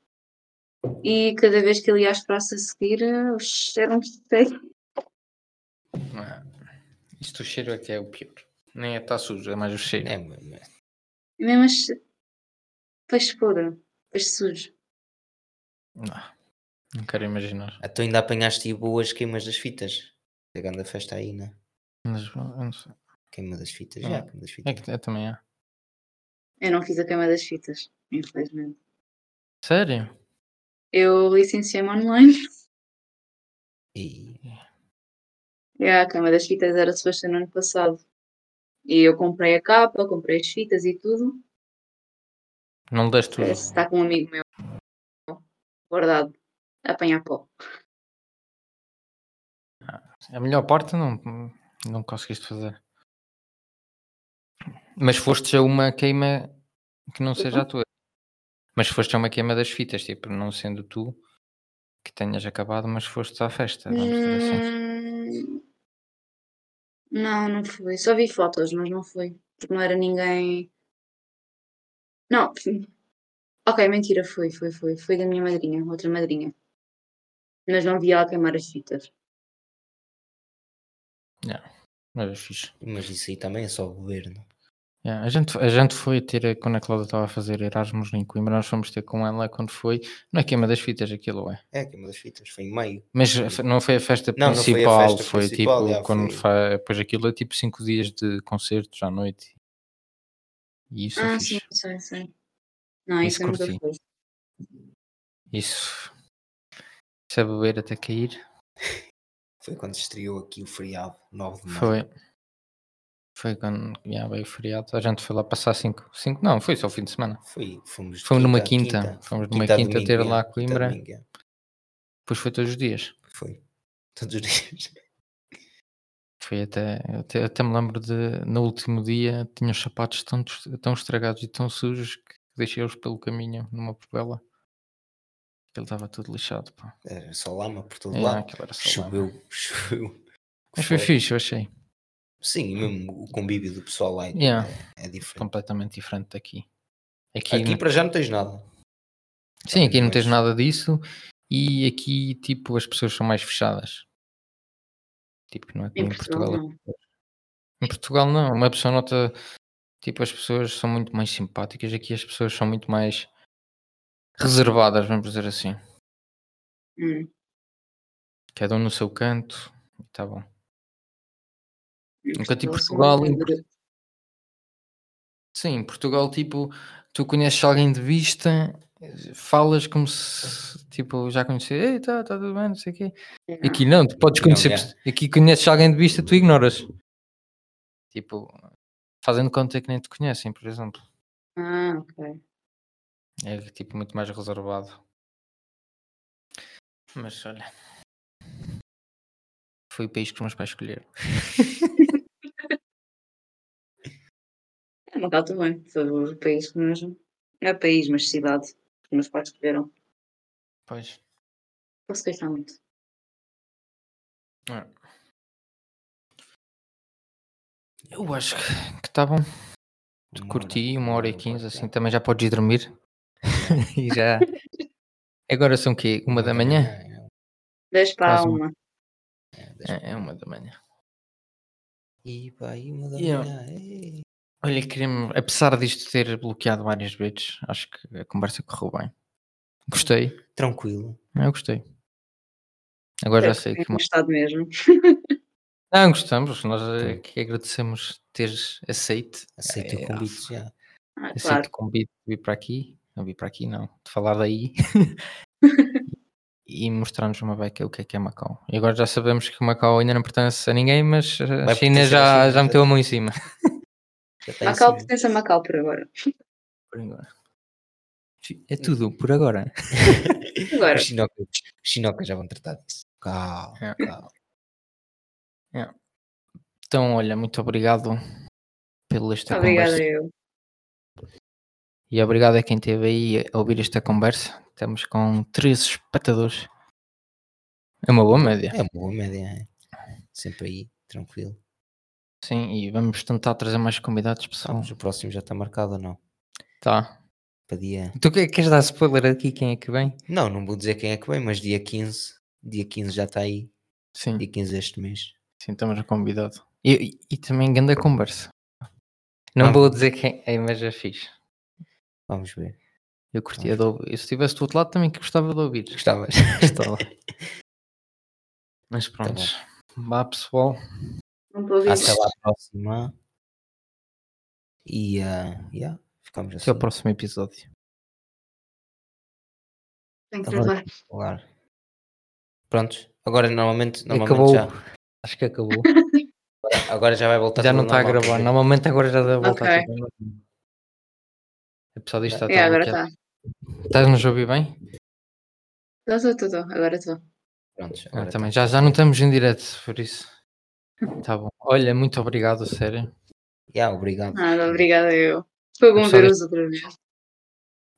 Speaker 3: E cada vez que ele ia às praças a seguir, eh, o cheiro era um cheiro.
Speaker 1: Ah, Isto o cheiro é que é o pior. Nem é estar sujo, é mais o cheiro.
Speaker 2: É, mas- mas-
Speaker 3: É mesmo as... peixe podre, peixe sujo.
Speaker 1: Não, não quero imaginar.
Speaker 2: Então ainda apanhaste aí boas queimas das fitas. Chegando a festa aí, né?
Speaker 1: Mas, eu não sei.
Speaker 2: Queima das fitas,
Speaker 1: Ah.
Speaker 2: já, queima das fitas.
Speaker 1: É que é, também é.
Speaker 3: Eu não fiz a queima das fitas, infelizmente.
Speaker 1: Sério?
Speaker 3: Eu licenciei-me online.
Speaker 2: E
Speaker 3: E a queima das fitas era suposto no ano passado. E eu comprei a capa, comprei as fitas e tudo.
Speaker 1: Não deste tudo.
Speaker 3: Eh, Está com um amigo meu guardado a apanhar pó.
Speaker 1: A melhor parte não, não conseguiste fazer. Mas foste a uma queima que não seja a tua. Mas foste a uma queima das fitas, tipo, não sendo tu que tenhas acabado, mas foste à festa. Vamos dizer assim.
Speaker 3: Hum, Não, não fui. Só vi fotos, mas não fui. Porque não era ninguém. Não. Ok, mentira, foi, foi, foi. Foi da minha madrinha, outra madrinha. Mas não vi ela queimar as fitas.
Speaker 1: Mas é fixe.
Speaker 2: mas isso aí também é só o governo.
Speaker 1: Yeah, a, gente, a gente foi ter, quando a Cláudia estava a fazer Erasmus em Coimbra, nós fomos ter com ela quando foi, não é queima das fitas aquilo, é?
Speaker 2: É, queima das fitas, foi em maio.
Speaker 1: Mas a fe- não foi a festa
Speaker 2: Não, não foi a
Speaker 1: principal, foi,
Speaker 2: festa principal,
Speaker 1: tipo,
Speaker 2: já,
Speaker 1: quando
Speaker 2: foi-
Speaker 1: fa- depois aquilo é tipo 5 dias de concertos à noite. E isso é
Speaker 3: Ah, sim,
Speaker 1: fixe.
Speaker 3: sim, sim. Não,
Speaker 1: Isso
Speaker 3: isso é muita
Speaker 1: curti.
Speaker 3: coisa.
Speaker 1: Isso. Isso é beber até cair.
Speaker 2: Foi quando se estreou aqui o feriado, 9 de maio.
Speaker 1: Foi. Foi quando já veio o feriado. A gente foi lá passar 5. 5 não, foi só o fim de semana.
Speaker 2: Foi, fomos,
Speaker 1: Fomos numa quinta,
Speaker 2: quinta,
Speaker 1: fomos numa
Speaker 2: a
Speaker 1: quinta ter lá
Speaker 2: é,
Speaker 1: a Coimbra.
Speaker 2: domingo, é.
Speaker 1: Depois foi todos os dias.
Speaker 2: Foi, todos os dias.
Speaker 1: Foi até, até, até me lembro de no último dia tinha os sapatos tão, des- tão estragados e tão sujos que deixei-os pelo caminho numa pupela. Ele estava tudo lixado, pá.
Speaker 2: Era só lama por todo
Speaker 1: É,
Speaker 2: lado.
Speaker 1: aquilo era só lama.
Speaker 2: Choveu, choveu.
Speaker 1: Mas foi
Speaker 2: Foi.
Speaker 1: fixe, eu achei.
Speaker 2: Sim, e mesmo o convívio do pessoal lá é,
Speaker 1: Yeah.
Speaker 2: é diferente.
Speaker 1: Completamente diferente daqui. Aqui,
Speaker 2: Aqui
Speaker 1: não-
Speaker 2: para já não tens nada.
Speaker 1: sim, aqui não
Speaker 2: mas-
Speaker 1: tens nada disso e aqui, tipo, as pessoas são mais fechadas. Tipo, não é como
Speaker 3: Em
Speaker 1: em
Speaker 3: Portugal,
Speaker 1: Portugal.
Speaker 3: não.
Speaker 1: Em Portugal, não. Uma pessoa nota Tipo, as pessoas são muito mais simpáticas aqui, as pessoas são muito mais reservadas, vamos dizer assim.
Speaker 3: Hum,
Speaker 1: Cada um no seu canto, e tá bom. Nunca tive Portugal
Speaker 3: Portugal, sim,
Speaker 1: em Por- Sim, em Portugal, tipo, tu conheces alguém de vista, eh, falas como se, tipo, já conheces, ei, tá, tá tudo bem, não sei o quê.
Speaker 3: Yeah.
Speaker 1: Aqui não, tu podes
Speaker 2: Não,
Speaker 1: conhecer,
Speaker 2: yeah.
Speaker 1: pe- aqui conheces alguém de vista, tu ignoras. Tipo, fazendo conta que nem te conhecem, por exemplo.
Speaker 3: Ah, ok.
Speaker 1: É tipo muito mais reservado. Mas olha. Foi o país que os meus pais escolheram.
Speaker 3: É Macau também. Foi o país que nós. Não é país, mas cidade. Que meus pais escolheram.
Speaker 1: Pois.
Speaker 3: Posso queixar muito.
Speaker 1: é. Eu acho que que tá bom.
Speaker 2: Uma hora.
Speaker 1: Curti uma hora e quinze,
Speaker 2: podcast.
Speaker 1: assim também já podes ir dormir. e já. Agora são o quê? Uma da manhã?
Speaker 3: Dez para a
Speaker 1: Quase um.
Speaker 3: uma.
Speaker 1: É, é uma da manhã.
Speaker 2: E vai, uma da
Speaker 1: Yeah.
Speaker 2: manhã. ei.
Speaker 1: Olha, queria-me, apesar disto ter bloqueado várias vezes, acho que a conversa correu bem. Gostei.
Speaker 2: Tranquilo.
Speaker 1: Eu gostei. Agora já sei que.
Speaker 3: Um estado mesmo.
Speaker 1: Não, Ah, gostamos. Nós é que agradecemos teres aceito.
Speaker 2: Aceito
Speaker 1: É,
Speaker 2: o convite já.
Speaker 3: Ah,
Speaker 1: Aceito
Speaker 3: claro.
Speaker 1: o convite de vir para aqui. Não vir para aqui, não. De falar daí. e mostrar-nos uma beca o que é que é Macau. E agora já sabemos que Macau ainda não pertence a ninguém, mas eh, a
Speaker 2: Vai
Speaker 1: China
Speaker 2: pertencer à
Speaker 1: já,
Speaker 2: China,
Speaker 1: já meteu a mão em cima.
Speaker 2: Já está em
Speaker 3: Macau
Speaker 2: cima.
Speaker 3: pertence a Macau por agora.
Speaker 1: Por agora. É tudo, por agora.
Speaker 3: Agora.
Speaker 2: Os chinocas, os chinocas já vão tratar disso. Calma,
Speaker 1: É.
Speaker 2: calma.
Speaker 1: Então, olha, muito obrigado pela esta
Speaker 3: Obrigada
Speaker 1: conversa.
Speaker 3: eu.
Speaker 1: E obrigado a quem esteve aí a ouvir esta conversa. Estamos com 13 espectadores. É uma boa média.
Speaker 2: É uma boa média. é. Sempre aí, tranquilo.
Speaker 1: Sim, e vamos tentar trazer mais convidados, pessoal.
Speaker 2: Mas o próximo já está marcado ou não?
Speaker 1: Tá.
Speaker 2: Para dia.
Speaker 1: Tu que- queres dar spoiler aqui quem é que vem?
Speaker 2: Não, não vou dizer quem é que vem, mas dia 15. Dia 15 já está aí.
Speaker 1: Sim,
Speaker 2: Dia 15 este mês.
Speaker 1: sim, estamos convidados. E, e- e também grande conversa. Não
Speaker 2: Ah.
Speaker 1: vou dizer quem é, mas já fiz.
Speaker 2: Vamos ver.
Speaker 1: Eu curtia de ouvir. Eu, se estivesse do outro lado também que gostava de ouvir.
Speaker 2: Gostavas?
Speaker 1: Gostava. mas pronto. Vá pessoal.
Speaker 3: Não estou
Speaker 1: Ah,
Speaker 3: a ouvir.
Speaker 2: Até lá, próxima. E, ah, yeah, ficamos
Speaker 1: Até
Speaker 2: assim.
Speaker 1: ao próximo episódio.
Speaker 3: Tenho que
Speaker 2: Agora-
Speaker 3: trabalhar.
Speaker 2: Claro. Prontos. Agora, normalmente, normalmente
Speaker 1: Acabou.
Speaker 2: já.
Speaker 1: Acho que acabou.
Speaker 2: Agora, agora já vai voltar
Speaker 1: já
Speaker 2: tudo
Speaker 1: não
Speaker 2: ao
Speaker 1: está a
Speaker 2: normal.
Speaker 1: gravar. Normalmente agora já dá a voltar
Speaker 3: Ok.
Speaker 1: tudo. Apesar disto está
Speaker 3: É, agora tá. está.
Speaker 1: Estás-nos a ouvir bem?
Speaker 3: Estou, estou, estou. Agora estou.
Speaker 2: Prontos.
Speaker 1: Ah,
Speaker 2: Agora tá
Speaker 1: também. Já, já não estamos em direto, por isso. Tá bom. Olha, muito obrigado, a sério.
Speaker 2: Yeah, obrigado.
Speaker 3: Nada, obrigada eu. Foi bom
Speaker 1: Pessoal,
Speaker 3: ver-vos outra vez.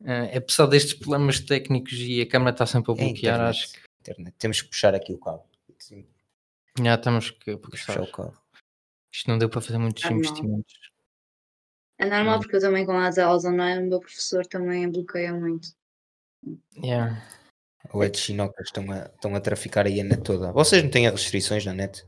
Speaker 1: Ah, apesar destes problemas técnicos e a câmara está sempre a
Speaker 2: É a
Speaker 1: bloquear,
Speaker 2: internet,
Speaker 1: acho que
Speaker 2: internet. Temos que puxar aqui o cabo. Sim,
Speaker 1: já estamos que
Speaker 2: temos que
Speaker 1: puxar.
Speaker 2: puxar o cabo.
Speaker 1: Isto não deu para fazer muitos
Speaker 3: Ah, não.
Speaker 1: investimentos.
Speaker 3: É normal
Speaker 1: Hum.
Speaker 3: porque eu também com as aulas online, o meu professor também bloqueia muito.
Speaker 1: Yeah.
Speaker 2: Ou é de chinocas, estão a, estão a traficar aí a net toda. Vocês não têm restrições na net?